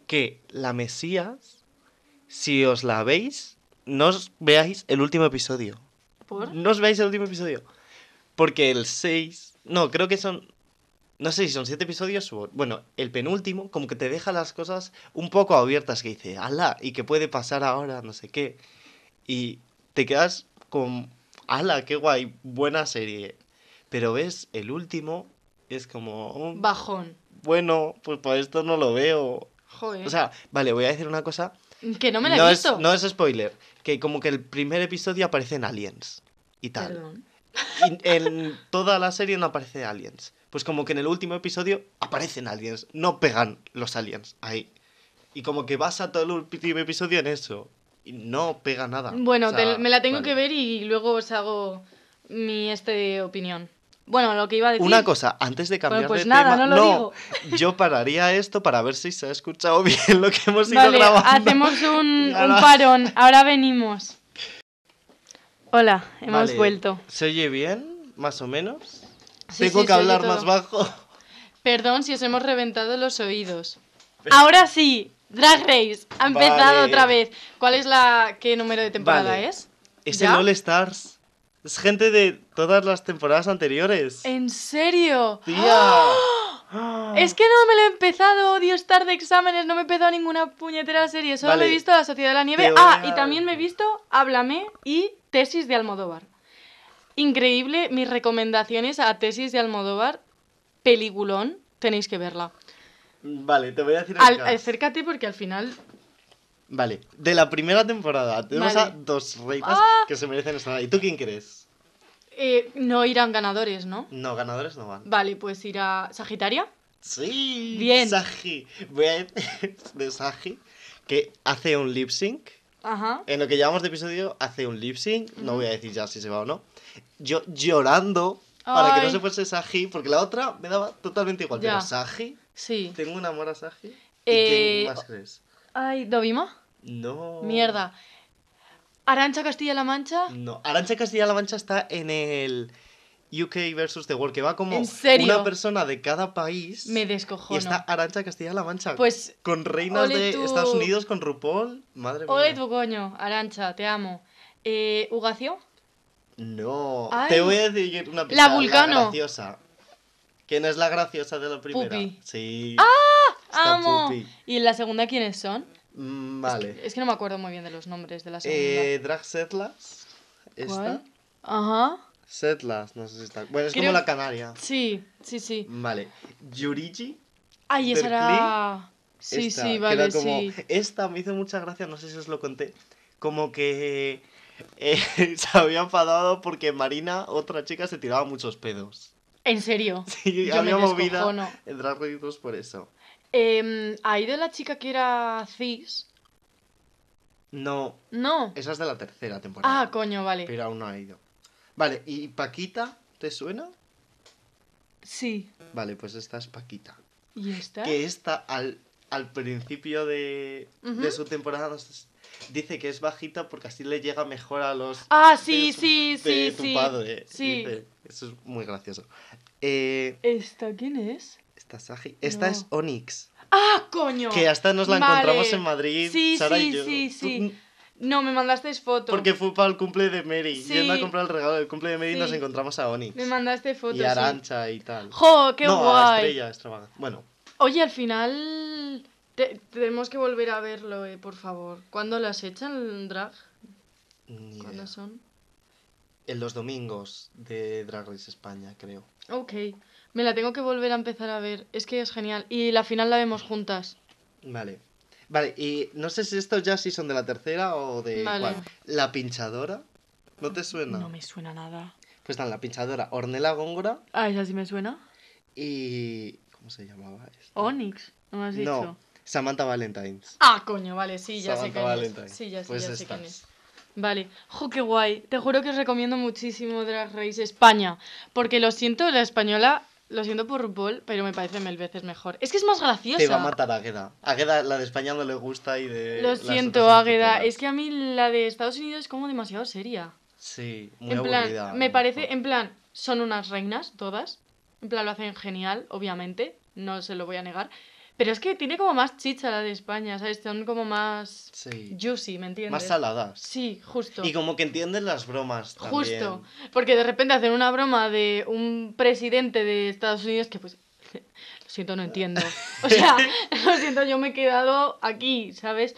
Speaker 2: que la Mesías, si os la veis, no os veáis el último episodio.
Speaker 1: ¿Por?
Speaker 2: No os veáis el último episodio. Porque el 6, no, creo que son, no sé si son 7 episodios o, bueno, el penúltimo como que te deja las cosas un poco abiertas que dice, ala, y que puede pasar ahora, no sé qué. Y te quedas con, ala, qué guay, buena serie. Pero ves, el último es como, "Oh,
Speaker 1: Bajón.
Speaker 2: bueno, pues para esto no lo veo.
Speaker 1: Joder.
Speaker 2: O sea, vale, voy a decir una cosa.
Speaker 1: que no me la he
Speaker 2: no, es,
Speaker 1: visto.
Speaker 2: no es spoiler, que como que el primer episodio aparecen aliens y tal.
Speaker 1: Perdón.
Speaker 2: Y en toda la serie no aparece aliens. Pues como que en el último episodio aparecen aliens, no pegan los aliens ahí. Y como que basa todo el último episodio en eso. Y no pega nada.
Speaker 1: Bueno,
Speaker 2: O sea,
Speaker 1: te- me la tengo
Speaker 2: vale.
Speaker 1: que ver y luego os hago mi este de opinión. Bueno, lo que iba a decir.
Speaker 2: Una cosa, antes de cambiar
Speaker 1: pues
Speaker 2: de
Speaker 1: nada,
Speaker 2: tema,
Speaker 1: no lo
Speaker 2: yo pararía esto para ver si se ha escuchado bien lo que hemos ido
Speaker 1: Vale,
Speaker 2: grabando.
Speaker 1: hacemos un,
Speaker 2: Y ahora-
Speaker 1: un parón. Ahora venimos. Hola, hemos
Speaker 2: Vale,
Speaker 1: vuelto.
Speaker 2: ¿Se oye bien? Más o menos.
Speaker 1: Sí,
Speaker 2: tengo
Speaker 1: sí,
Speaker 2: que
Speaker 1: se oye
Speaker 2: hablar
Speaker 1: todo.
Speaker 2: más bajo.
Speaker 1: Perdón si os hemos reventado los oídos. Ahora sí, Drag Race ha empezado
Speaker 2: Vale.
Speaker 1: otra vez. ¿Cuál es la qué número de temporada
Speaker 2: Vale.
Speaker 1: es?
Speaker 2: Es
Speaker 1: ¿Ya?
Speaker 2: el All Stars. Es gente de todas las temporadas anteriores.
Speaker 1: ¿En serio?
Speaker 2: Tía.
Speaker 1: Es que no me lo he empezado, odio estar de exámenes, no me he empezado ninguna puñetera serie, solo
Speaker 2: Vale.
Speaker 1: me he visto La Sociedad de la Nieve.
Speaker 2: Te voy
Speaker 1: Ah,
Speaker 2: a-
Speaker 1: y también me he visto Háblame y Tesis de Almodóvar. Increíble, mis recomendaciones a Tesis de Almodóvar, peliculón, tenéis que verla.
Speaker 2: Vale, te voy a decir el
Speaker 1: Al-
Speaker 2: cast.
Speaker 1: acércate porque al final...
Speaker 2: Vale, de la primera temporada tenemos
Speaker 1: Vale.
Speaker 2: a dos reinas
Speaker 1: ¡Ah!
Speaker 2: que se merecen estar ahí. ¿Tú quién crees?
Speaker 1: eh, no irán ganadores, ¿no?
Speaker 2: No, ganadores no van.
Speaker 1: Vale, pues irá Sagitaria.
Speaker 2: Sí,
Speaker 1: Bien.
Speaker 2: Saji. Voy a decir de Saji que hace un lip sync.
Speaker 1: Ajá.
Speaker 2: En lo que llevamos de episodio, hace un lip sync. No voy a decir ya si se va o no. Yo llorando para que no
Speaker 1: Ay.
Speaker 2: se fuese Saji, porque la otra me daba totalmente igual.
Speaker 1: Ya.
Speaker 2: Pero Saji,
Speaker 1: Sí.
Speaker 2: tengo un amor a Saji. ¿Y
Speaker 1: Eh,
Speaker 2: quién más crees?
Speaker 1: Ay, ¿Dovima?
Speaker 2: No.
Speaker 1: Mierda. Arancha Castilla-La Mancha.
Speaker 2: No, Arancha Castilla-La Mancha está en el UK versus the World, que va como
Speaker 1: ¿En serio?
Speaker 2: una persona de cada país. Mm.
Speaker 1: Me
Speaker 2: y
Speaker 1: descojono.
Speaker 2: está Arancha Castilla-La Mancha.
Speaker 1: Pues
Speaker 2: con reinas
Speaker 1: ole
Speaker 2: de
Speaker 1: tú.
Speaker 2: Estados Unidos, con RuPaul. Madre mía.
Speaker 1: Ole tu coño, Arancha, te amo. Eh, ¿Ugacio?
Speaker 2: No.
Speaker 1: Ay.
Speaker 2: Te voy a decir una pista.
Speaker 1: Vulcano.
Speaker 2: La graciosa. ¿Quién es la graciosa de la primera?
Speaker 1: Pupi. Ah,
Speaker 2: Sí. Está
Speaker 1: ¡Amo!
Speaker 2: Pupi.
Speaker 1: ¿Y en la segunda quiénes son?
Speaker 2: Mm,
Speaker 1: Es
Speaker 2: Vale.
Speaker 1: que- Es que, no me acuerdo muy bien de los nombres de la segunda.
Speaker 2: Eh, Drag Setlas. ¿Esta?
Speaker 1: ¿Cuál? Ajá.
Speaker 2: Setlas, no sé si está. Bueno, es
Speaker 1: Creo
Speaker 2: como la
Speaker 1: que-
Speaker 2: canaria.
Speaker 1: Sí, sí, sí.
Speaker 2: Vale. Yurigi,
Speaker 1: Ay, esa era. Sí,
Speaker 2: Esta,
Speaker 1: sí,
Speaker 2: que
Speaker 1: vale,
Speaker 2: era como-
Speaker 1: sí.
Speaker 2: Esta me hizo mucha gracia, no sé si os lo conté. Como que eh, se había enfadado porque Marina, otra chica, se tiraba muchos pedos.
Speaker 1: En serio.
Speaker 2: Sí,
Speaker 1: Yo
Speaker 2: había
Speaker 1: me
Speaker 2: movida
Speaker 1: descojono.
Speaker 2: en Drag Race 2 por eso.
Speaker 1: Em, ahí de la chica que era cis.
Speaker 2: No,
Speaker 1: No.
Speaker 2: esa es de la tercera temporada.
Speaker 1: Ah, coño, vale.
Speaker 2: Pero aún no ha ido. Vale, ¿y Paquita? ¿Te suena?
Speaker 1: Sí.
Speaker 2: Vale, pues esta es Paquita.
Speaker 1: ¿Y esta?
Speaker 2: Que esta al, al principio de, de
Speaker 1: Ujú.
Speaker 2: su temporada nos dice que es bajita porque así le llega mejor a los
Speaker 1: Ah, sí,
Speaker 2: de su-
Speaker 1: sí,
Speaker 2: de
Speaker 1: sí,
Speaker 2: tu
Speaker 1: sí.
Speaker 2: padre.
Speaker 1: Sí.
Speaker 2: Dice, eso es muy gracioso. Eh,
Speaker 1: ¿Esta quién es?
Speaker 2: esta es Saji- Esta
Speaker 1: No.
Speaker 2: es Onyx.
Speaker 1: ¡Ah, coño!
Speaker 2: Que hasta nos la
Speaker 1: Vale.
Speaker 2: encontramos en Madrid.
Speaker 1: Sí,
Speaker 2: Sara y
Speaker 1: sí,
Speaker 2: yo.
Speaker 1: sí,
Speaker 2: Tú-
Speaker 1: sí. No, me mandasteis foto.
Speaker 2: Porque fue para el cumple de Mary.
Speaker 1: Sí.
Speaker 2: Yendo a comprar el regalo del cumple de Mary
Speaker 1: Sí.
Speaker 2: nos encontramos a Onyx.
Speaker 1: Me mandaste fotos.
Speaker 2: y
Speaker 1: sí.
Speaker 2: a Arancha y tal.
Speaker 1: ¡Jo, qué
Speaker 2: no, a
Speaker 1: guay!
Speaker 2: Estrella Extravagante. Bueno,
Speaker 1: Oye, al final te- tenemos que volver a verlo, eh, por favor. ¿Cuándo las echan drag?
Speaker 2: ni idea.
Speaker 1: ¿Cuándo son?
Speaker 2: En los domingos de Drag Race España, creo.
Speaker 1: Ok. Me la tengo que volver a empezar a ver. Es que es genial. Y la final la vemos juntas.
Speaker 2: Vale. Vale, y no sé si estos ya sí son de la tercera o de
Speaker 1: Vale.
Speaker 2: cuál. La pinchadora. ¿No te suena?
Speaker 1: No me suena nada.
Speaker 2: Pues están la pinchadora Ornella Góngora
Speaker 1: Ah, esa sí me suena.
Speaker 2: y. ¿Cómo se llamaba esta?
Speaker 1: Onyx, Oh, no me has dicho.
Speaker 2: No, Samantha Valentine's.
Speaker 1: Ah, coño, vale, sí, ya
Speaker 2: Samantha
Speaker 1: sé quién
Speaker 2: Valentine's.
Speaker 1: es. Sí, ya, sé-
Speaker 2: pues
Speaker 1: ya sé
Speaker 2: estas.
Speaker 1: quién es. Vale. Jo, qué guay. Te juro que os recomiendo muchísimo Drag Race España. Porque lo siento, la española, lo siento por RuPaul, pero me parece mil veces mejor. Es que es más graciosa.
Speaker 2: Te va a matar Águeda. Águeda, la de España no le gusta y de.
Speaker 1: Lo
Speaker 2: Eh, las
Speaker 1: siento,
Speaker 2: otras
Speaker 1: Águeda.
Speaker 2: escritoras.
Speaker 1: Es que a mí la de Estados Unidos es como demasiado seria.
Speaker 2: Sí, muy
Speaker 1: En plan,
Speaker 2: aburrida.
Speaker 1: me
Speaker 2: ¿no?
Speaker 1: parece, en plan, son unas reinas todas. En plan, lo hacen genial, obviamente. No se lo voy a negar. Pero es que tiene como más chicha la de España, ¿sabes? Son como más
Speaker 2: Sí.
Speaker 1: juicy, ¿me entiendes?
Speaker 2: Más saladas.
Speaker 1: Sí, justo.
Speaker 2: Y como que entienden las bromas.
Speaker 1: Justo.
Speaker 2: también.
Speaker 1: Porque de repente hacen una broma de un presidente de Estados Unidos que pues... Lo siento, no entiendo. O sea, lo siento, yo me he quedado aquí, ¿sabes?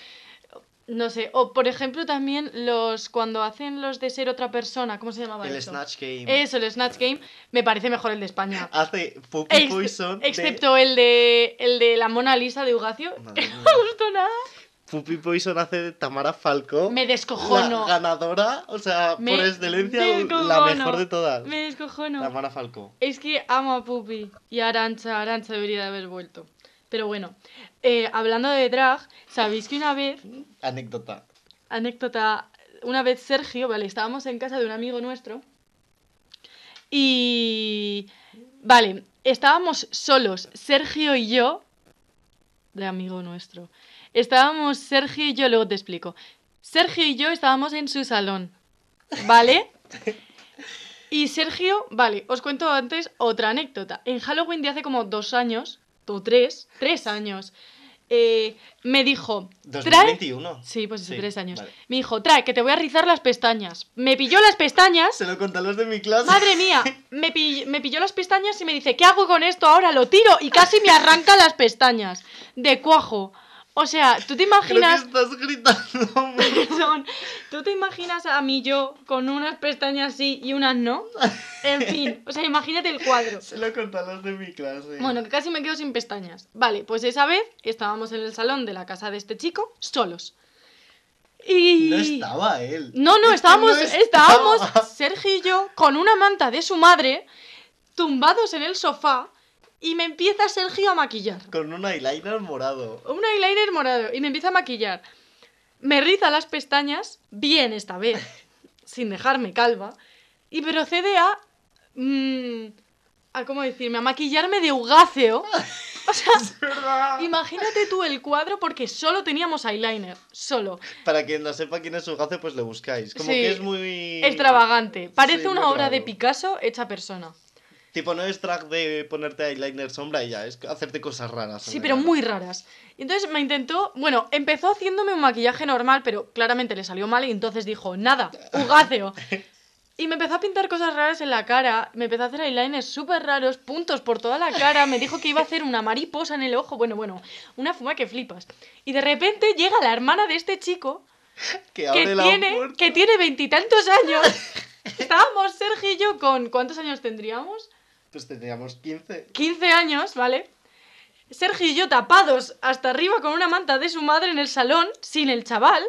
Speaker 1: No sé. O por ejemplo también los... Cuando hacen los de ser otra persona, ¿cómo se llamaba
Speaker 2: El
Speaker 1: eso?
Speaker 2: Snatch Game.
Speaker 1: Eso, el Snatch Game, me parece mejor el de España.
Speaker 2: Hace Puppy
Speaker 1: Ex-
Speaker 2: Poison. de-
Speaker 1: excepto el de el de la Mona Lisa de Ugacio.
Speaker 2: Madre
Speaker 1: que
Speaker 2: mía.
Speaker 1: No me gustó nada.
Speaker 2: Puppy Poison hace de Tamara Falco.
Speaker 1: Me
Speaker 2: La
Speaker 1: descojono.
Speaker 2: ganadora, o sea,
Speaker 1: Me
Speaker 2: por excelencia, la
Speaker 1: descojono.
Speaker 2: mejor de todas.
Speaker 1: Me descojono.
Speaker 2: Tamara Falco.
Speaker 1: Es que amo a Pupi y a Arancha. Arancha debería de haber vuelto. Pero bueno, eh, hablando de drag, ¿sabéis que una vez,
Speaker 2: Anécdota.
Speaker 1: anécdota, una vez Sergio, vale, estábamos en casa de un amigo nuestro y. Vale, estábamos solos, Sergio y yo, de amigo nuestro. Estábamos Sergio y yo, luego te explico. Sergio y yo estábamos en su salón, ¿vale? Y Sergio, vale, os cuento antes otra anécdota. En Halloween de hace como dos años, o tres, tres años, eh, me dijo, trae...
Speaker 2: 2021.
Speaker 1: Sí, pues eso,
Speaker 2: Sí,
Speaker 1: tres años.
Speaker 2: vale.
Speaker 1: Me dijo, trae, que te voy a rizar las pestañas. Me pilló las pestañas.
Speaker 2: Se lo conté a los de mi clase.
Speaker 1: Madre mía, me, pill- me pilló las pestañas y me dice, ¿qué hago con esto ahora? Lo tiro y casi me arranca las pestañas. De cuajo. O sea, ¿tú te
Speaker 2: Creo que
Speaker 1: imaginas
Speaker 2: estás gritando.
Speaker 1: Perdón. ¿Tú te imaginas a mí yo con unas pestañas sí y unas no? En fin, o sea, imagínate el cuadro.
Speaker 2: Se lo conté a los de mi clase.
Speaker 1: Bueno, que casi me quedo sin pestañas. Vale, pues esa vez estábamos en el salón de la casa de este chico, solos. Y...
Speaker 2: No estaba él.
Speaker 1: No, no,
Speaker 2: Es que
Speaker 1: estábamos,
Speaker 2: no estaba.
Speaker 1: estábamos Sergio y yo con una manta de su madre, tumbados en el sofá, y me empieza Sergio a maquillar.
Speaker 2: Con un eyeliner morado.
Speaker 1: un eyeliner morado y me empieza a maquillar. Me riza las pestañas, bien esta vez, sin dejarme calva, y procede a. mm, a ¿Cómo decirme? A maquillarme de ugáceo. O sea,
Speaker 2: Es verdad.
Speaker 1: imagínate tú el cuadro porque solo teníamos eyeliner, solo.
Speaker 2: Para quien no sepa quién es su gafe, pues le buscáis. Como
Speaker 1: Sí.
Speaker 2: que es muy.
Speaker 1: Extravagante. Parece
Speaker 2: Sí, muy
Speaker 1: una obra de
Speaker 2: raro.
Speaker 1: Picasso hecha persona.
Speaker 2: Tipo, no es track de ponerte eyeliner sombra y ya, es hacerte cosas raras. en
Speaker 1: Sí,
Speaker 2: la
Speaker 1: pero
Speaker 2: cara.
Speaker 1: muy raras. Y entonces me intentó, bueno, empezó haciéndome un maquillaje normal, pero claramente le salió mal y entonces dijo, nada, ugáceo. Y me empezó a pintar cosas raras en la cara, me empezó a hacer eyeliners súper raros, puntos por toda la cara, me dijo que iba a hacer una mariposa en el ojo, bueno, bueno, una fuma que flipas. Y de repente llega la hermana de este chico,
Speaker 2: Que abre
Speaker 1: que
Speaker 2: la
Speaker 1: tiene,
Speaker 2: puerta.
Speaker 1: que tiene veintitantos años. Estábamos Sergio y yo con, ¿cuántos años tendríamos?
Speaker 2: Pues teníamos 15.
Speaker 1: 15 años, ¿vale? Sergio y yo tapados hasta arriba con una manta de su madre en el salón, sin el chaval,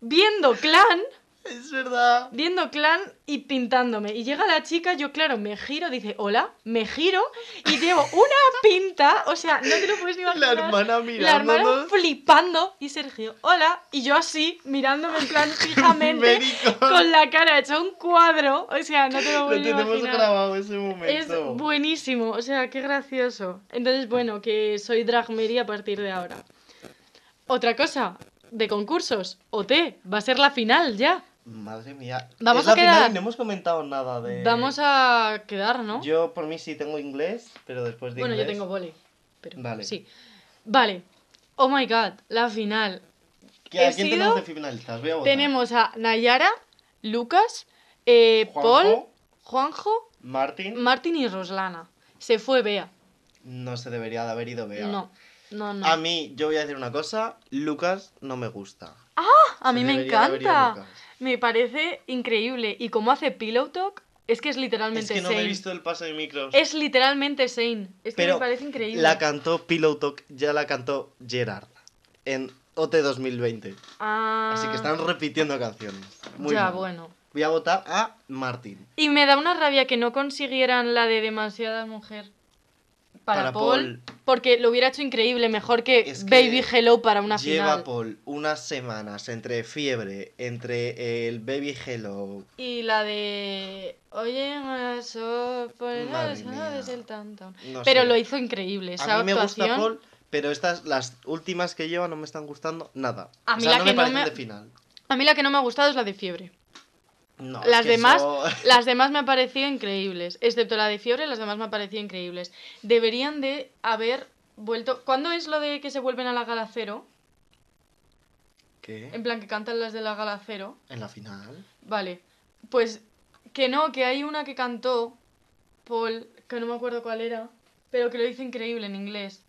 Speaker 1: viendo clan,
Speaker 2: Es verdad.
Speaker 1: viendo clan y pintándome. Y llega la chica, yo claro, me giro, dice hola, me giro y llevo una pinta, o sea, no te lo puedes ni
Speaker 2: La
Speaker 1: imaginar.
Speaker 2: hermana
Speaker 1: La hermana
Speaker 2: mirándonos.
Speaker 1: flipando y Sergio, hola, y yo así, mirándome en plan fijamente,
Speaker 2: ibérico.
Speaker 1: con la cara hecha un cuadro, o sea, no te lo
Speaker 2: Lo
Speaker 1: puedes ni
Speaker 2: tenemos
Speaker 1: imaginar.
Speaker 2: grabado ese
Speaker 1: Es
Speaker 2: momento.
Speaker 1: buenísimo, o sea, qué gracioso. Entonces, bueno, que soy drag Mary a partir de ahora. Otra cosa, de concursos, OT, va a ser la final ya.
Speaker 2: Madre mía.
Speaker 1: Vamos
Speaker 2: Es
Speaker 1: a
Speaker 2: la final
Speaker 1: quedar-
Speaker 2: y no hemos comentado nada de.
Speaker 1: Vamos a quedar, ¿no?
Speaker 2: Yo por mí sí tengo inglés, pero después de
Speaker 1: bueno, yo
Speaker 2: inglés.
Speaker 1: tengo vole, pero
Speaker 2: Vale.
Speaker 1: sí. Vale. Oh my god, la final.
Speaker 2: ¿Qué- ¿A
Speaker 1: he
Speaker 2: quién
Speaker 1: sido-
Speaker 2: tenemos de finalistas? Voy a votar.
Speaker 1: Tenemos a Nayara, Lucas, eh,
Speaker 2: Juanjo,
Speaker 1: Paul, Mm. Juanjo,
Speaker 2: Martín.
Speaker 1: Martín y Roslana. Se fue Bea.
Speaker 2: No se debería de haber ido Bea.
Speaker 1: No, no, no.
Speaker 2: A mí, yo voy a decir una cosa. Lucas no me gusta.
Speaker 1: A mí
Speaker 2: Se
Speaker 1: me
Speaker 2: Pues debería de haber ido
Speaker 1: encanta.
Speaker 2: Lucas.
Speaker 1: Me parece increíble. Y como hace Pillow Talk, es que es
Speaker 2: Es
Speaker 1: literalmente
Speaker 2: que no me
Speaker 1: Sane.
Speaker 2: he visto el pase de micros.
Speaker 1: Es literalmente Sane. Es que
Speaker 2: Pero
Speaker 1: me parece increíble.
Speaker 2: La cantó Pillow Talk, ya la cantó Gerard en OT 2020.
Speaker 1: Ah,
Speaker 2: Así que están repitiendo canciones. Muy
Speaker 1: ya,
Speaker 2: mal.
Speaker 1: bueno.
Speaker 2: Voy a votar a Martín.
Speaker 1: Y me da una rabia que no consiguieran la de demasiada mujer para,
Speaker 2: Para
Speaker 1: Paul,
Speaker 2: Paul.
Speaker 1: Porque lo hubiera hecho increíble. Mejor que,
Speaker 2: Es que
Speaker 1: Baby Hello para una
Speaker 2: Lleva
Speaker 1: final.
Speaker 2: Paul unas semanas entre fiebre, entre el Baby Hello.
Speaker 1: Y la de. Oye, eso. Por el
Speaker 2: Madre
Speaker 1: eso
Speaker 2: mía.
Speaker 1: es el tan, tan".
Speaker 2: no
Speaker 1: Pero
Speaker 2: sé.
Speaker 1: lo hizo increíble. Esa
Speaker 2: A mí me
Speaker 1: actuación.
Speaker 2: gusta Paul, pero estas, las últimas que lleva no me están gustando nada.
Speaker 1: A
Speaker 2: o
Speaker 1: mí
Speaker 2: sea,
Speaker 1: la
Speaker 2: no
Speaker 1: que
Speaker 2: me
Speaker 1: no
Speaker 2: parecen
Speaker 1: me-
Speaker 2: de final.
Speaker 1: A mí la que no me ha gustado es la de fiebre.
Speaker 2: No, es
Speaker 1: Las
Speaker 2: que
Speaker 1: demás-
Speaker 2: eso-
Speaker 1: Las demás me han parecido increíbles, excepto la de Fiebre, las demás me han parecido increíbles. Deberían de haber vuelto... ¿Cuándo es lo de que se vuelven a la gala cero?
Speaker 2: ¿Qué?
Speaker 1: En plan, que cantan las de la gala cero.
Speaker 2: En la final.
Speaker 1: Vale, pues que no, que hay una que cantó Paul, que no me acuerdo cuál era, pero que lo hizo increíble en inglés.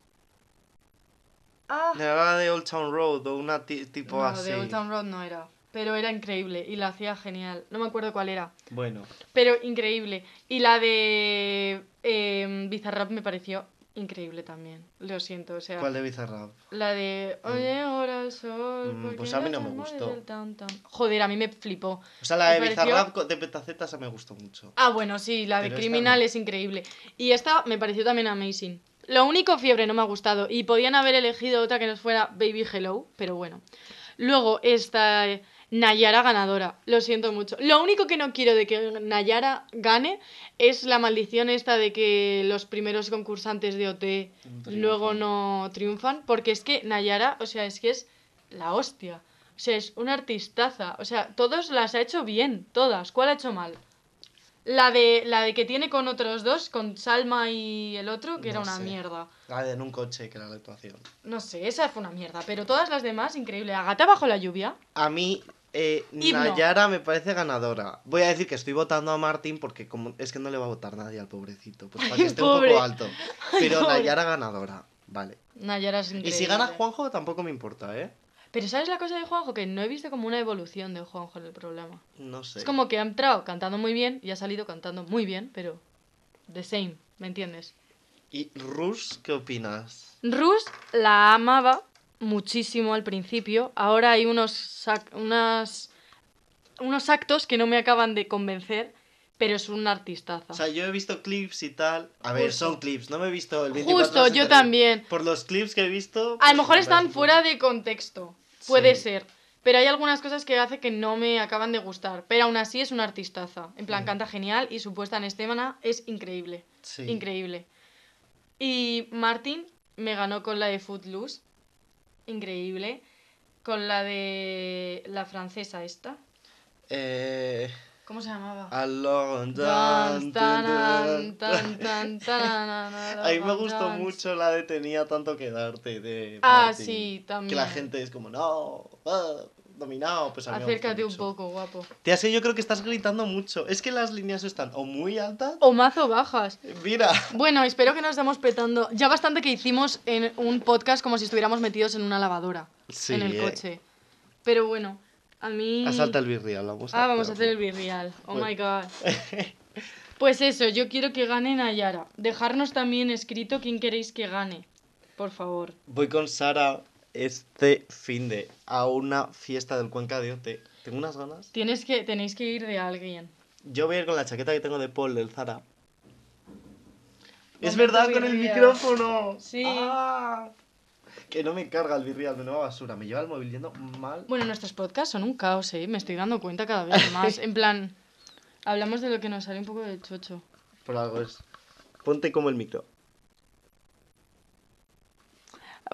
Speaker 1: Ah,
Speaker 2: De la de Old Town Road o una ti- tipo
Speaker 1: no,
Speaker 2: así.
Speaker 1: de Old Town Road no era, pero era increíble y la hacía genial. No me acuerdo cuál era.
Speaker 2: Bueno,
Speaker 1: Pero increíble. Y la de eh, Bizarrap me pareció increíble también. Lo siento, o sea.
Speaker 2: ¿cuál de Bizarrap?
Speaker 1: La de Oye, ahora el sol.
Speaker 2: Mm,
Speaker 1: ¿por qué
Speaker 2: pues a mí no me
Speaker 1: llamas
Speaker 2: gustó.
Speaker 1: desde el tan, tan? Joder, a mí me flipó.
Speaker 2: O sea, la de
Speaker 1: Me pareció-
Speaker 2: Bizarrap co- de Petaceta esa me gustó mucho.
Speaker 1: Ah, bueno, sí, la de
Speaker 2: Pero esta
Speaker 1: Criminal
Speaker 2: no.
Speaker 1: es increíble. Y esta me pareció también amazing. Lo único fiebre no me ha gustado. Y podían haber elegido otra que nos fuera Baby Hello, pero bueno. Luego esta eh, Nayara ganadora. Lo siento mucho. Lo único que no quiero de que Nayara gane es la maldición esta de que los primeros concursantes de OT luego no triunfan, porque es que Nayara, o sea, es que es la hostia. O sea, es una artistaza. O sea, todas las ha hecho bien, todas. ¿Cuál ha hecho mal? La de, la de que tiene con otros dos, con Salma y el otro, que era
Speaker 2: No
Speaker 1: una
Speaker 2: sé.
Speaker 1: mierda.
Speaker 2: La de en un coche, que era la actuación.
Speaker 1: No sé, esa fue una mierda. Pero todas las demás, increíble. Agata bajo la lluvia.
Speaker 2: A mí, eh,
Speaker 1: Himno.
Speaker 2: Nayara me parece ganadora. Voy a decir que estoy votando a Martín porque como es que no le va a votar nadie al pobrecito. Pues para
Speaker 1: Ay,
Speaker 2: que esté un
Speaker 1: pobre.
Speaker 2: poco alto. Pero
Speaker 1: pobre.
Speaker 2: Nayara ganadora, vale.
Speaker 1: Nayara es increíble.
Speaker 2: Y si gana Juanjo tampoco me importa, ¿eh?
Speaker 1: Pero ¿sabes la cosa de Juanjo? Que no he visto como una evolución de Juanjo en el problema.
Speaker 2: No sé.
Speaker 1: Es como que ha entrado cantando muy bien y ha salido cantando muy bien, pero... The same, ¿me entiendes?
Speaker 2: ¿Y Rus, qué opinas?
Speaker 1: Rus la amaba muchísimo al principio. Ahora hay unos, sac- unas, unos actos que no me acaban de convencer, pero es un artistaza.
Speaker 2: O sea, yo he visto clips y tal. A ver,
Speaker 1: Justo.
Speaker 2: son clips, no me he visto el 24
Speaker 1: Justo,
Speaker 2: horas
Speaker 1: yo
Speaker 2: entero.
Speaker 1: también.
Speaker 2: Por los clips que he visto.
Speaker 1: A
Speaker 2: pues,
Speaker 1: lo mejor
Speaker 2: me
Speaker 1: están
Speaker 2: parece
Speaker 1: fuera
Speaker 2: poco.
Speaker 1: de contexto. Puede
Speaker 2: Sí.
Speaker 1: ser. Pero hay algunas cosas que hace que no me acaban de gustar. Pero aún así es un artistaza. En plan,
Speaker 2: Mm.
Speaker 1: canta genial y su puesta en escena es increíble.
Speaker 2: Sí.
Speaker 1: Increíble. Y Martin me ganó con la de Footloose. Increíble. Con la de la francesa esta.
Speaker 2: Eh.
Speaker 1: ¿Cómo se llamaba?
Speaker 2: Ah, Alone,
Speaker 1: Dance,
Speaker 2: dun, dun,
Speaker 1: tanan,
Speaker 2: dun.
Speaker 1: tan, tan, tanan,
Speaker 2: A mí me gustó
Speaker 1: dance.
Speaker 2: mucho la de tenía tanto que darte de
Speaker 1: Ah,
Speaker 2: Martin.
Speaker 1: sí, también.
Speaker 2: Que la gente es como, no, ah, dominado, pues a mí me gustó
Speaker 1: Acércate un
Speaker 2: mucho.
Speaker 1: poco, guapo.
Speaker 2: Tía, es que yo creo que estás gritando mucho. Es que las líneas están o muy altas.
Speaker 1: O mazo bajas.
Speaker 2: Mira,
Speaker 1: Bueno, espero que no estemos petando. Ya bastante que hicimos en un podcast como si estuviéramos metidos en una lavadora.
Speaker 2: Sí,
Speaker 1: en el
Speaker 2: eh.
Speaker 1: coche. Pero bueno, a mí. Mm.
Speaker 2: asalta el birria, vamos
Speaker 1: Ah, vamos a hacer el birrial. Oh
Speaker 2: Bueno.
Speaker 1: my god. Pues eso, yo quiero que gane Nayara. Dejarnos también escrito quién queréis que gane. Por favor.
Speaker 2: Voy con Sara este fin de a una fiesta del Cuenca de Ote. Tengo unas ganas.
Speaker 1: Tienes que, tenéis que ir de alguien.
Speaker 2: Yo voy a ir con la chaqueta que tengo de Paul del Zara. es
Speaker 1: Momento
Speaker 2: verdad, con el
Speaker 1: birrias.
Speaker 2: micrófono.
Speaker 1: Sí.
Speaker 2: Ah. que no me carga el virreal de nueva basura. Me lleva el móvil yendo mal.
Speaker 1: Bueno, nuestros podcasts son un caos, ¿eh? Me estoy dando cuenta cada vez más. En plan, hablamos de lo que nos sale un poco de chocho.
Speaker 2: Por algo es. Ponte como el micro.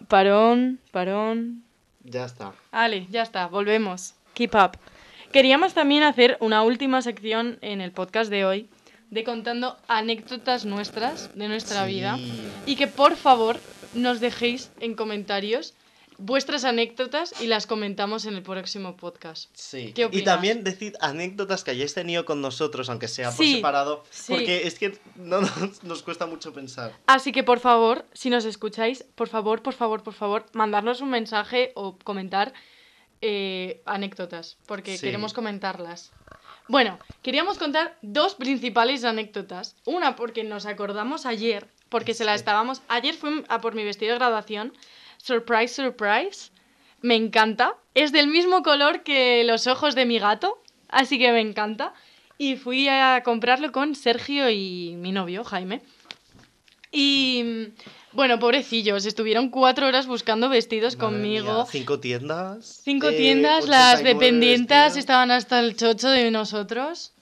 Speaker 1: Parón, parón.
Speaker 2: Ya está.
Speaker 1: Ale, ya está, volvemos. Keep up. Queríamos también hacer una última sección en el podcast de hoy de contando anécdotas nuestras de nuestra
Speaker 2: Sí.
Speaker 1: vida y que por favor nos dejéis en comentarios vuestras anécdotas y las comentamos en el próximo podcast.
Speaker 2: Sí.
Speaker 1: ¿Qué
Speaker 2: y
Speaker 1: opinas?
Speaker 2: también decid anécdotas que hayáis tenido con nosotros, aunque sea por
Speaker 1: Sí,
Speaker 2: separado,
Speaker 1: sí.
Speaker 2: porque es que no nos, nos cuesta mucho pensar.
Speaker 1: Así que por favor, si nos escucháis, por favor, por favor, por favor, mandarnos un mensaje o comentar eh, anécdotas, porque
Speaker 2: Sí.
Speaker 1: queremos comentarlas. Bueno, queríamos contar dos principales anécdotas. Una porque nos acordamos ayer, porque se la
Speaker 2: Sí.
Speaker 1: estábamos... Ayer fui a por mi vestido de graduación. Surprise, surprise. Me encanta. Es del mismo color que los ojos de mi gato, así que me encanta. Y fui a comprarlo con Sergio y mi novio, Jaime. Y mm, bueno, pobrecillos, estuvieron cuatro horas buscando vestidos
Speaker 2: Madre
Speaker 1: conmigo.
Speaker 2: mía, Cinco tiendas.
Speaker 1: Cinco
Speaker 2: eh,
Speaker 1: tiendas, las
Speaker 2: 89
Speaker 1: dependientas
Speaker 2: vestidos.
Speaker 1: estaban hasta el chocho de nosotros.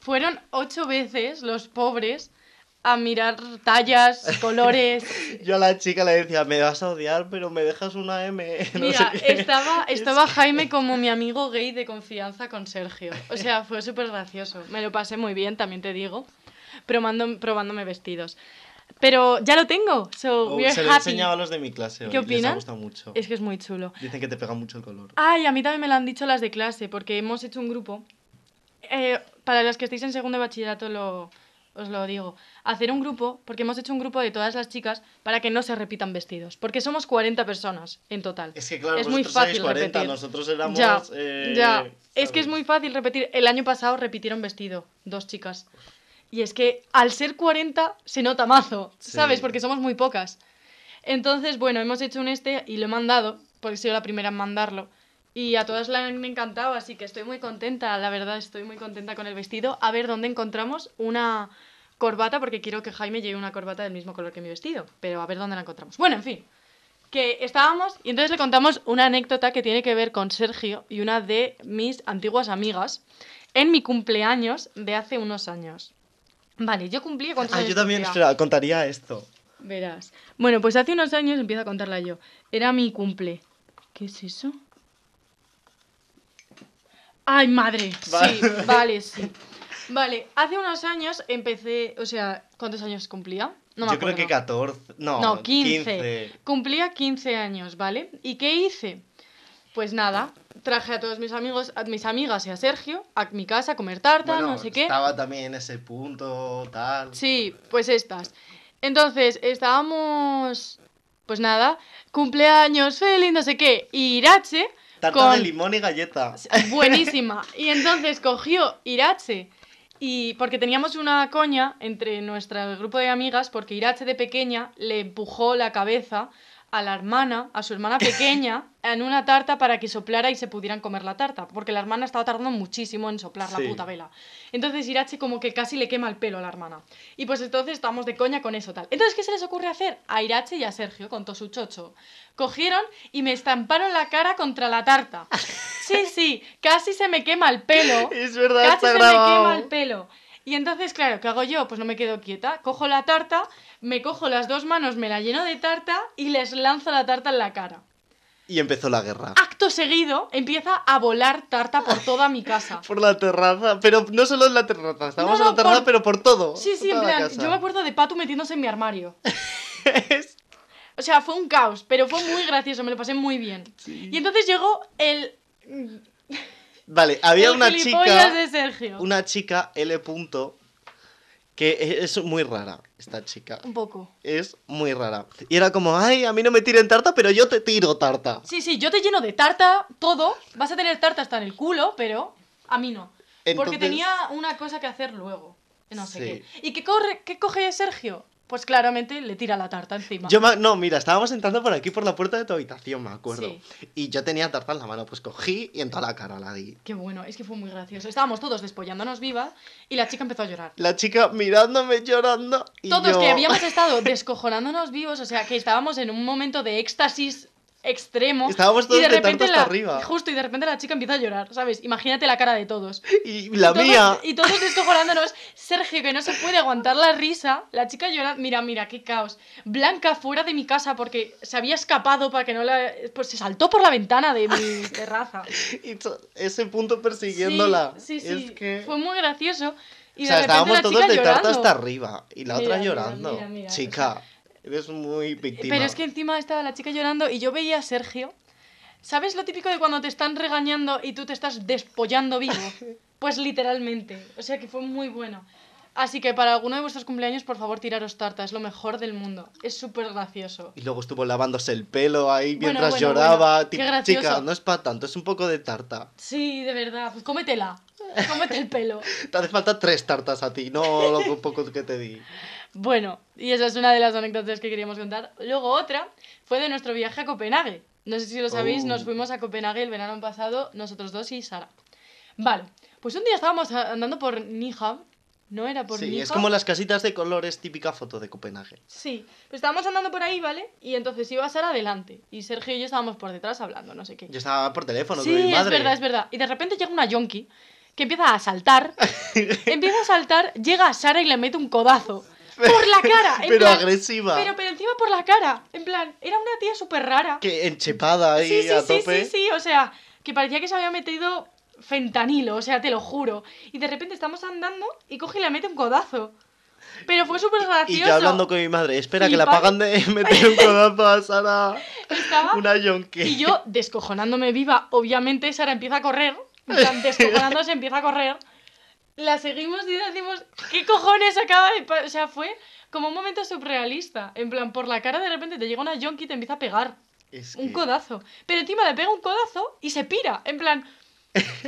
Speaker 1: Fueron ocho veces los pobres a mirar tallas, colores.
Speaker 2: Yo a la chica le decía, me vas a odiar, pero me dejas una M. no
Speaker 1: Mira,
Speaker 2: sé qué.
Speaker 1: estaba, estaba Jaime como mi amigo gay de confianza con Sergio. O sea, fue súper gracioso. Me lo pasé muy bien, también te digo, probando, probándome vestidos. Pero ya lo tengo, so
Speaker 2: Oh,
Speaker 1: we're
Speaker 2: se lo he
Speaker 1: happy.
Speaker 2: enseñado a los de mi clase. hoy,
Speaker 1: ¿Qué
Speaker 2: Les ha
Speaker 1: opinan?
Speaker 2: gustado mucho.
Speaker 1: Es que es muy chulo.
Speaker 2: Dicen que te pega mucho el color.
Speaker 1: Ay, a mí también me lo han dicho las de clase, porque hemos hecho un grupo. Eh, para los que estéis en segundo de bachillerato, lo, os lo digo. Hacer un grupo, porque hemos hecho un grupo de todas las chicas para que no se repitan vestidos. Porque somos 40 personas en total.
Speaker 2: Es que claro,
Speaker 1: Es muy
Speaker 2: vosotros sois
Speaker 1: fácil
Speaker 2: 40,
Speaker 1: repetir.
Speaker 2: nosotros éramos.
Speaker 1: Ya,
Speaker 2: eh,
Speaker 1: ya. Es
Speaker 2: ¿sabes? Ah,
Speaker 1: que es muy fácil repetir. El año pasado repitieron vestido, dos chicas. Y es que al ser 40 se nota mazo,
Speaker 2: Sí.
Speaker 1: ¿sabes? Porque somos muy pocas. Entonces, bueno, hemos hecho un este y lo he mandado, porque soy la primera en mandarlo. Y a todas las han encantado, así que estoy muy contenta, la verdad, estoy muy contenta con el vestido. A ver dónde encontramos una corbata, porque quiero que Jaime lleve una corbata del mismo color que mi vestido, pero a ver dónde la encontramos. Bueno, en fin, que estábamos y entonces le contamos una anécdota que tiene que ver con Sergio y una de mis antiguas amigas en mi cumpleaños de hace unos años. Vale, yo cumplí con
Speaker 2: Ah, yo también espera, contaría esto.
Speaker 1: Verás. Bueno, pues hace unos años, empiezo a contarla yo. Era mi cumple. ¿Qué es eso? ¡Ay, madre! Sí,
Speaker 2: Vale.
Speaker 1: vale, sí. Vale, hace unos años empecé, o sea, ¿cuántos años cumplía? No me
Speaker 2: yo creo
Speaker 1: acuerdo.
Speaker 2: que 14. No,
Speaker 1: No, 15. Cumplía 15 años, ¿vale? ¿Y qué hice? Pues nada, traje a todos mis amigos, a mis amigas y a Sergio a mi casa a comer tarta,
Speaker 2: Bueno,
Speaker 1: no sé qué.
Speaker 2: Estaba también en ese punto, tal.
Speaker 1: Sí, pues estas. Entonces, estábamos. Pues nada, cumpleaños, feliz, no sé qué. Y Irache,
Speaker 2: Tarta de
Speaker 1: con-
Speaker 2: limón y galleta.
Speaker 1: buenísima. Y entonces cogió Irache. Y porque teníamos una coña entre nuestro grupo de amigas, porque Irache de pequeña le empujó la cabeza a la hermana, a su hermana pequeña, en una tarta para que soplara y se pudieran comer la tarta. Porque la hermana estaba tardando muchísimo en soplar
Speaker 2: Sí.
Speaker 1: la puta vela. Entonces Irache como que casi le quema el pelo a la hermana. Y pues entonces estamos de coña con eso tal. Entonces, ¿qué se les ocurre hacer? A Irache y a Sergio, con todo su chocho. Cogieron y me estamparon la cara contra la tarta. Sí, sí, casi se me quema el pelo.
Speaker 2: Es verdad,
Speaker 1: Casi
Speaker 2: está
Speaker 1: se me
Speaker 2: grabado.
Speaker 1: quema el pelo. Y entonces, claro, ¿qué hago yo? Pues no me quedo quieta. Cojo la tarta, me cojo las dos manos, me la lleno de tarta y les lanzo la tarta en la cara.
Speaker 2: Y empezó la guerra.
Speaker 1: Acto seguido, empieza a volar tarta por toda mi casa.
Speaker 2: Por la terraza, pero no solo en la terraza, estábamos
Speaker 1: No,
Speaker 2: en la
Speaker 1: no,
Speaker 2: terraza,
Speaker 1: por-
Speaker 2: pero por todo.
Speaker 1: Sí, sí, en
Speaker 2: toda la
Speaker 1: plan,
Speaker 2: casa.
Speaker 1: yo me acuerdo de Patu metiéndose en mi armario. O sea, fue un caos, pero fue muy gracioso, me lo pasé muy bien.
Speaker 2: Sí.
Speaker 1: Y entonces llegó el...
Speaker 2: Vale, había
Speaker 1: el
Speaker 2: una
Speaker 1: gilipollas
Speaker 2: chica,
Speaker 1: de Sergio.
Speaker 2: una chica L. Punto, que e- es muy rara, esta chica.
Speaker 1: Un poco.
Speaker 2: Es muy rara. Y era como, ay, a mí no me tiren tarta, pero yo te tiro tarta.
Speaker 1: Sí, sí, yo te lleno de tarta, todo. Vas a tener tarta hasta en el culo, pero a mí no. Porque
Speaker 2: Entonces-
Speaker 1: tenía una cosa que hacer luego. no sé
Speaker 2: Sí.
Speaker 1: qué. ¿Y qué, corre, qué coge Sergio? Pues claramente le tira la tarta encima.
Speaker 2: Yo me- no, mira, estábamos entrando por aquí por la puerta de tu habitación, me acuerdo. Y yo tenía tarta en la mano, pues cogí y en toda la cara la di.
Speaker 1: Qué bueno, es que fue muy gracioso. Estábamos todos despollándonos viva y la chica empezó a llorar.
Speaker 2: La chica mirándome llorando y
Speaker 1: Todos
Speaker 2: yo-
Speaker 1: que habíamos estado descojonándonos vivos, o sea, que estábamos en un momento de éxtasis extremo.
Speaker 2: Estábamos todos
Speaker 1: y de
Speaker 2: de
Speaker 1: repente
Speaker 2: tanto hasta
Speaker 1: la-
Speaker 2: arriba.
Speaker 1: Justo, y de repente la chica empieza a llorar, ¿sabes? Imagínate la cara de todos.
Speaker 2: Y la
Speaker 1: Todos-
Speaker 2: mía...
Speaker 1: Y todos descojonándonos. Sergio, que no se puede aguantar la risa. La chica llorando. Mira, mira, qué caos. Blanca fuera de mi casa porque se había escapado para que no la. Pues se saltó por la ventana de mi terraza.
Speaker 2: y to- ese punto persiguiéndola.
Speaker 1: Sí, sí,
Speaker 2: Es
Speaker 1: sí.
Speaker 2: que...
Speaker 1: Fue muy gracioso. Y
Speaker 2: o sea,
Speaker 1: de repente
Speaker 2: estábamos
Speaker 1: la
Speaker 2: todos
Speaker 1: chica
Speaker 2: de tarta
Speaker 1: llorando.
Speaker 2: hasta arriba y la
Speaker 1: Mira,
Speaker 2: otra
Speaker 1: mira,
Speaker 2: llorando.
Speaker 1: mira, mira, o
Speaker 2: chica, eres muy víctima.
Speaker 1: Pero es que encima estaba la chica llorando y yo veía a Sergio. ¿Sabes lo típico de cuando te están regañando y tú te estás despollando vivo? Pues literalmente. O sea que fue muy bueno. Así que para alguno de vuestros cumpleaños, por favor, tiraros tarta. Es lo mejor del mundo. Es súper gracioso.
Speaker 2: Y luego estuvo lavándose el pelo ahí
Speaker 1: Bueno,
Speaker 2: mientras
Speaker 1: bueno,
Speaker 2: lloraba.
Speaker 1: bueno.
Speaker 2: Ti-
Speaker 1: Qué gracioso.
Speaker 2: Chica, no es para tanto, es un poco de tarta.
Speaker 1: Sí, de verdad. Pues cómetela. Cómete el pelo.
Speaker 2: Te hace falta tres tartas a ti, no lo un poco que te di.
Speaker 1: Bueno, y esa es una de las anécdotas que queríamos contar. Luego otra fue de nuestro viaje a Copenhague. No sé si lo sabéis,
Speaker 2: Oh.
Speaker 1: nos fuimos a Copenhague el verano pasado, nosotros dos y Sara. Vale, pues un día estábamos a- andando por Nihab, no era por
Speaker 2: Sí,
Speaker 1: Nihab.
Speaker 2: es como las casitas de colores, típica foto de Copenhague.
Speaker 1: Sí, pues estábamos andando por ahí, ¿vale? Y entonces iba Sara adelante y Sergio y yo estábamos por detrás hablando, no sé qué.
Speaker 2: Yo estaba por teléfono
Speaker 1: Sí,
Speaker 2: con mi
Speaker 1: es
Speaker 2: madre.
Speaker 1: verdad, es verdad. Y de repente llega una yonki que empieza a saltar. empieza a saltar, llega a Sara y le mete un codazo. Por la cara. en
Speaker 2: Pero
Speaker 1: plan-
Speaker 2: agresiva.
Speaker 1: Pero, pero encima por la cara. En plan, era una tía súper rara.
Speaker 2: Que enchepada ahí
Speaker 1: sí, sí,
Speaker 2: a
Speaker 1: sí,
Speaker 2: tope.
Speaker 1: sí, sí. O sea, que parecía que se había metido fentanilo, o sea, te lo juro. Y de repente estamos andando y coge y le mete un codazo. Pero fue súper
Speaker 2: Y
Speaker 1: gracioso.
Speaker 2: yo hablando con mi madre, espera que la pagan
Speaker 1: Flipando.
Speaker 2: de meter un codazo a Sara.
Speaker 1: Estaba-
Speaker 2: Una yonke.
Speaker 1: Ah, Y yo descojonándome viva, obviamente Sara empieza a correr, en plan, descojonándose empieza a correr. La seguimos y decimos, ¿qué cojones acaba de pa-?" O sea, fue como un momento surrealista. En plan, por la cara de repente te llega una yonki y te empieza a pegar.
Speaker 2: Es
Speaker 1: Un
Speaker 2: que-
Speaker 1: codazo. Pero encima le pega un codazo y se pira. En plan,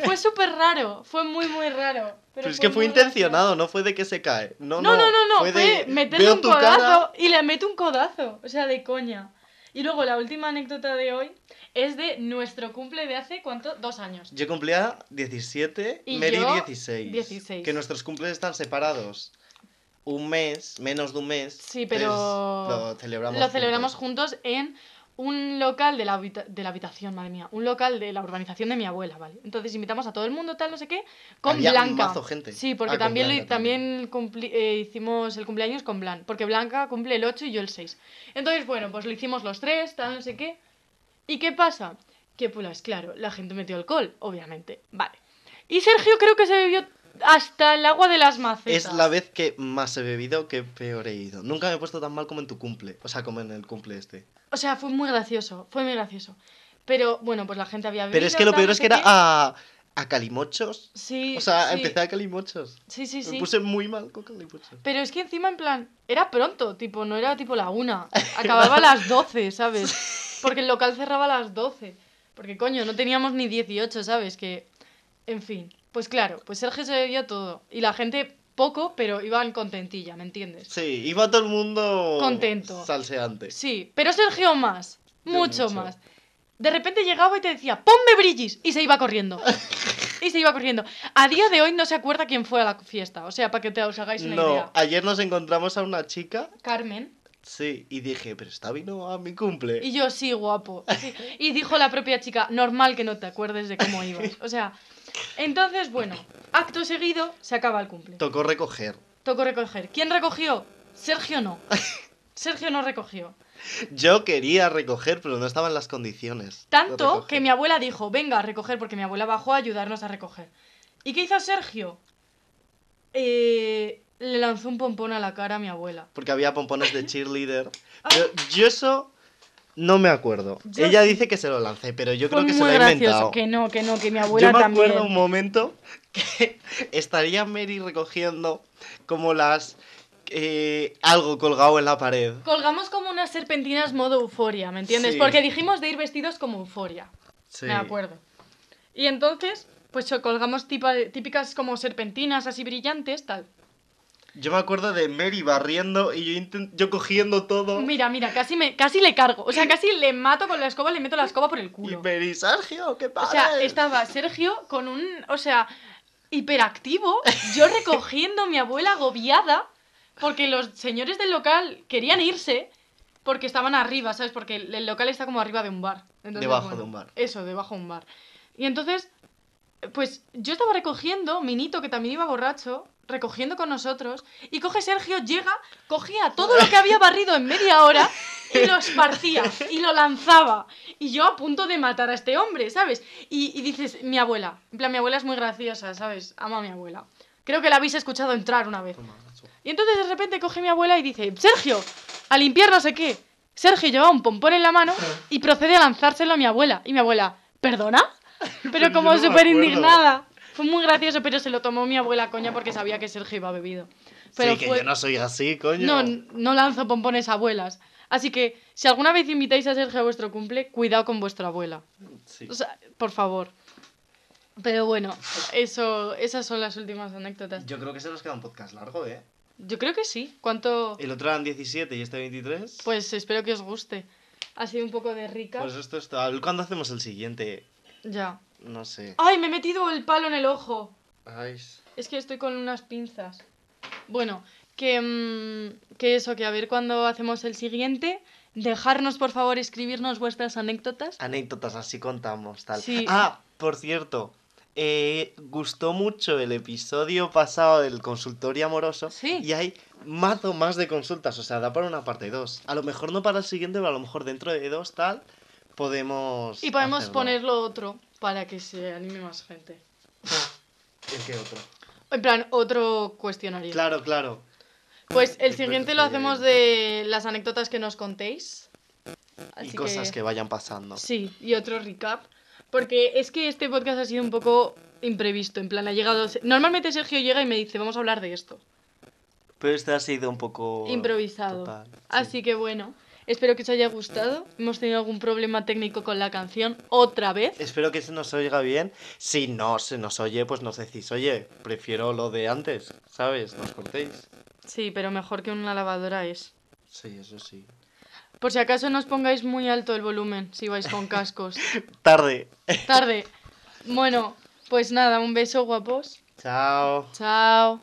Speaker 1: fue súper raro. Fue muy, muy raro. Pero
Speaker 2: Pero es que fue
Speaker 1: muy gracioso.
Speaker 2: intencionado, no fue de que se cae. No,
Speaker 1: pues No,
Speaker 2: no,
Speaker 1: no, no, no. Fue,
Speaker 2: de,
Speaker 1: meterle
Speaker 2: veo
Speaker 1: un
Speaker 2: tu
Speaker 1: codazo
Speaker 2: cara,
Speaker 1: y le mete un codazo. O sea, de coña. Y luego la última anécdota de hoy es de nuestro cumple de hace, ¿cuánto? Dos años.
Speaker 2: Yo cumplía 17,
Speaker 1: Y
Speaker 2: Mary
Speaker 1: yo
Speaker 2: 16.
Speaker 1: 16.
Speaker 2: Que nuestros cumples están separados. Un mes, menos de un mes.
Speaker 1: Sí,
Speaker 2: entonces
Speaker 1: pero
Speaker 2: Lo celebramos.
Speaker 1: Lo celebramos
Speaker 2: juntos.
Speaker 1: juntos en un local de la, habita- de la habitación, madre mía. Un local de la urbanización de mi abuela, ¿vale? Entonces invitamos a todo el mundo, tal, no sé qué, con
Speaker 2: Había
Speaker 1: Blanca.
Speaker 2: mazo gente.
Speaker 1: Sí,
Speaker 2: Ah,
Speaker 1: porque
Speaker 2: con
Speaker 1: también, lo-
Speaker 2: Blanca
Speaker 1: también. cumpli- eh, hicimos el cumpleaños con Blan. Porque Blanca cumple el 8 y yo el 6. Entonces, bueno, pues lo hicimos los tres, tal, no sé qué. ¿Y qué pasa? Que, pues, claro, la gente metió alcohol, obviamente. Vale. Y Sergio creo que se bebió hasta el agua de las macetas.
Speaker 2: Es la vez que más he bebido que peor he ido. Nunca me he puesto tan mal como en tu cumple. O sea, como en el cumple este.
Speaker 1: O sea, fue muy gracioso, fue muy gracioso. Pero bueno, pues la gente había bebido.
Speaker 2: Pero es que lo
Speaker 1: tal,
Speaker 2: peor
Speaker 1: no
Speaker 2: es
Speaker 1: sé
Speaker 2: que era
Speaker 1: qué.
Speaker 2: a, a calimochos.
Speaker 1: Sí,
Speaker 2: O sea,
Speaker 1: sí,
Speaker 2: empecé a calimochos.
Speaker 1: Sí, sí, sí.
Speaker 2: Me puse muy mal con calimochos.
Speaker 1: Pero es que encima, en plan, era pronto, tipo, no era tipo la una. Acababa a las 12, ¿sabes? Porque el local cerraba a las 12. Porque coño, no teníamos ni 18, ¿sabes? Que. En fin. Pues claro, pues Sergio se bebió todo. Y la gente poco, pero iban contentilla, ¿me entiendes?
Speaker 2: Sí, iba todo el mundo
Speaker 1: Contento.
Speaker 2: salseante.
Speaker 1: Sí, pero Sergio más.
Speaker 2: Yo
Speaker 1: Mucho,
Speaker 2: mucho.
Speaker 1: más. De repente llegaba y te decía, ponme brillis. Y se iba corriendo. y se iba corriendo. A día de hoy no se acuerda quién fue a la fiesta. O sea, para que te os hagáis una
Speaker 2: No,
Speaker 1: idea.
Speaker 2: ayer nos encontramos a una chica,
Speaker 1: Carmen.
Speaker 2: sí, y dije, pero esta vino a Ah, mi cumple.
Speaker 1: Y yo, sí, guapo. sí". Y dijo la propia chica, normal que no te acuerdes de cómo ibas. O sea, entonces, bueno, acto seguido, se acaba el cumple.
Speaker 2: Tocó recoger.
Speaker 1: Tocó recoger. ¿Quién recogió? Sergio no. Sergio no recogió.
Speaker 2: Yo quería recoger, pero no estaba en las condiciones. de
Speaker 1: Tanto
Speaker 2: recoger.
Speaker 1: que mi abuela dijo, venga a recoger, porque mi abuela bajó a ayudarnos a recoger. ¿Y qué hizo Sergio? Eh, le lanzó un pompón a la cara a mi abuela.
Speaker 2: Porque había pompones de cheerleader. Pero yo eso no me acuerdo.
Speaker 1: Ah. Yo
Speaker 2: Ella
Speaker 1: sí.
Speaker 2: dice que se lo lancé, pero yo
Speaker 1: Fue
Speaker 2: creo que se
Speaker 1: muy
Speaker 2: lo ha inventado.
Speaker 1: gracioso. Que no, que no, que mi
Speaker 2: Yo
Speaker 1: abuela
Speaker 2: me
Speaker 1: también.
Speaker 2: acuerdo un momento que estaría Mary recogiendo como las... eh, algo colgado en la pared.
Speaker 1: Colgamos como unas serpentinas modo euforia, ¿me entiendes?
Speaker 2: Sí.
Speaker 1: Porque dijimos de ir vestidos como euforia.
Speaker 2: Sí.
Speaker 1: Me acuerdo. Y entonces, pues colgamos tipa- típicas como serpentinas así brillantes, tal.
Speaker 2: Yo me acuerdo de Mary barriendo y yo, inten- yo cogiendo todo.
Speaker 1: Mira, mira, casi, me, casi le cargo. O sea, casi le mato con la escoba, le meto la escoba por el
Speaker 2: Y
Speaker 1: culo.
Speaker 2: Mary, Sergio, ¿qué
Speaker 1: O
Speaker 2: pasa?
Speaker 1: sea, estaba Sergio con un. O sea, hiperactivo, yo recogiendo a mi abuela agobiada, porque los señores del local querían irse, porque estaban arriba, ¿sabes? Porque el el local está como arriba de un bar. Entonces,
Speaker 2: Debajo
Speaker 1: bueno,
Speaker 2: de un bar.
Speaker 1: Eso, debajo de un bar. Y entonces, pues yo estaba recogiendo, Minito, que también iba borracho, recogiendo con nosotros, y coge Sergio, llega, cogía todo lo que había barrido en media hora y lo esparcía y lo lanzaba. Y yo a punto de matar a este hombre, ¿sabes? Y, y dices, mi abuela, en plan, mi abuela es muy graciosa, ¿sabes? Amo a mi abuela. Creo que la habéis escuchado entrar una vez.
Speaker 2: Toma, su-
Speaker 1: Y entonces de repente coge mi abuela y dice, Sergio, a limpiar no sé qué. Sergio llevaba un pompón en la mano y procede a lanzárselo a mi abuela. Y mi abuela, ¿perdona? Pero
Speaker 2: Pero yo
Speaker 1: como
Speaker 2: no me
Speaker 1: súper indignada. Fue muy gracioso, pero se lo tomó mi abuela coña porque sabía que Sergio iba bebido. Pero
Speaker 2: sí, que
Speaker 1: fue-
Speaker 2: yo no soy así, coño.
Speaker 1: no, no lanzo pompones a abuelas. Así que, si alguna vez invitáis a Sergio a vuestro cumple, cuidado con vuestra abuela.
Speaker 2: Sí.
Speaker 1: O sea, por favor. Pero bueno, eso, esas son las últimas anécdotas.
Speaker 2: Yo creo que se nos queda un podcast largo, ¿eh?
Speaker 1: Yo creo que sí. ¿Cuánto?
Speaker 2: El otro eran 17 y este 23.
Speaker 1: Pues espero que os guste. Ha sido un poco de rica.
Speaker 2: Pues esto está. ¿Cuándo hacemos el siguiente?
Speaker 1: Ya.
Speaker 2: No sé.
Speaker 1: ¡Ay, me he metido el palo en el ojo!
Speaker 2: Ay.
Speaker 1: Es que estoy con unas pinzas. Bueno, que, mm, que eso, que a ver cuándo hacemos el siguiente. Dejarnos, por favor, escribirnos vuestras anécdotas.
Speaker 2: Anécdotas, así contamos, tal.
Speaker 1: Sí.
Speaker 2: Ah, por cierto. eh, gustó mucho el episodio pasado del consultorio amoroso.
Speaker 1: Sí.
Speaker 2: Y hay mazo más de consultas. O sea, da para una parte 2. A lo mejor no para el siguiente, pero a lo mejor dentro de dos, tal, podemos.
Speaker 1: Y podemos
Speaker 2: hacerlo.
Speaker 1: ponerlo otro para que se anime más gente.
Speaker 2: ¿El qué otro?
Speaker 1: En plan, otro cuestionario.
Speaker 2: Claro, claro.
Speaker 1: Pues el
Speaker 2: Sí,
Speaker 1: siguiente
Speaker 2: pues,
Speaker 1: lo
Speaker 2: eh,
Speaker 1: hacemos de las anécdotas que nos contéis.
Speaker 2: y cosas que vayan pasando.
Speaker 1: Sí, y otro recap. Porque es que este podcast ha sido un poco imprevisto. En plan, ha llegado. Normalmente Sergio llega y me dice, vamos a hablar de esto.
Speaker 2: Pero este ha sido un poco.
Speaker 1: Improvisado.
Speaker 2: total, sí.
Speaker 1: Así que bueno, espero que os haya gustado. Hemos tenido algún problema técnico con la canción otra vez.
Speaker 2: Espero que se nos oiga bien. Si no se nos oye, pues nos decís, oye, prefiero lo de antes, ¿sabes? Nos cortéis.
Speaker 1: Sí, pero mejor que una lavadora es.
Speaker 2: Sí, eso sí.
Speaker 1: Por si acaso no os pongáis muy alto el volumen si vais con cascos.
Speaker 2: Tarde.
Speaker 1: Tarde. Bueno, pues nada, un beso guapos.
Speaker 2: Chao.
Speaker 1: Chao.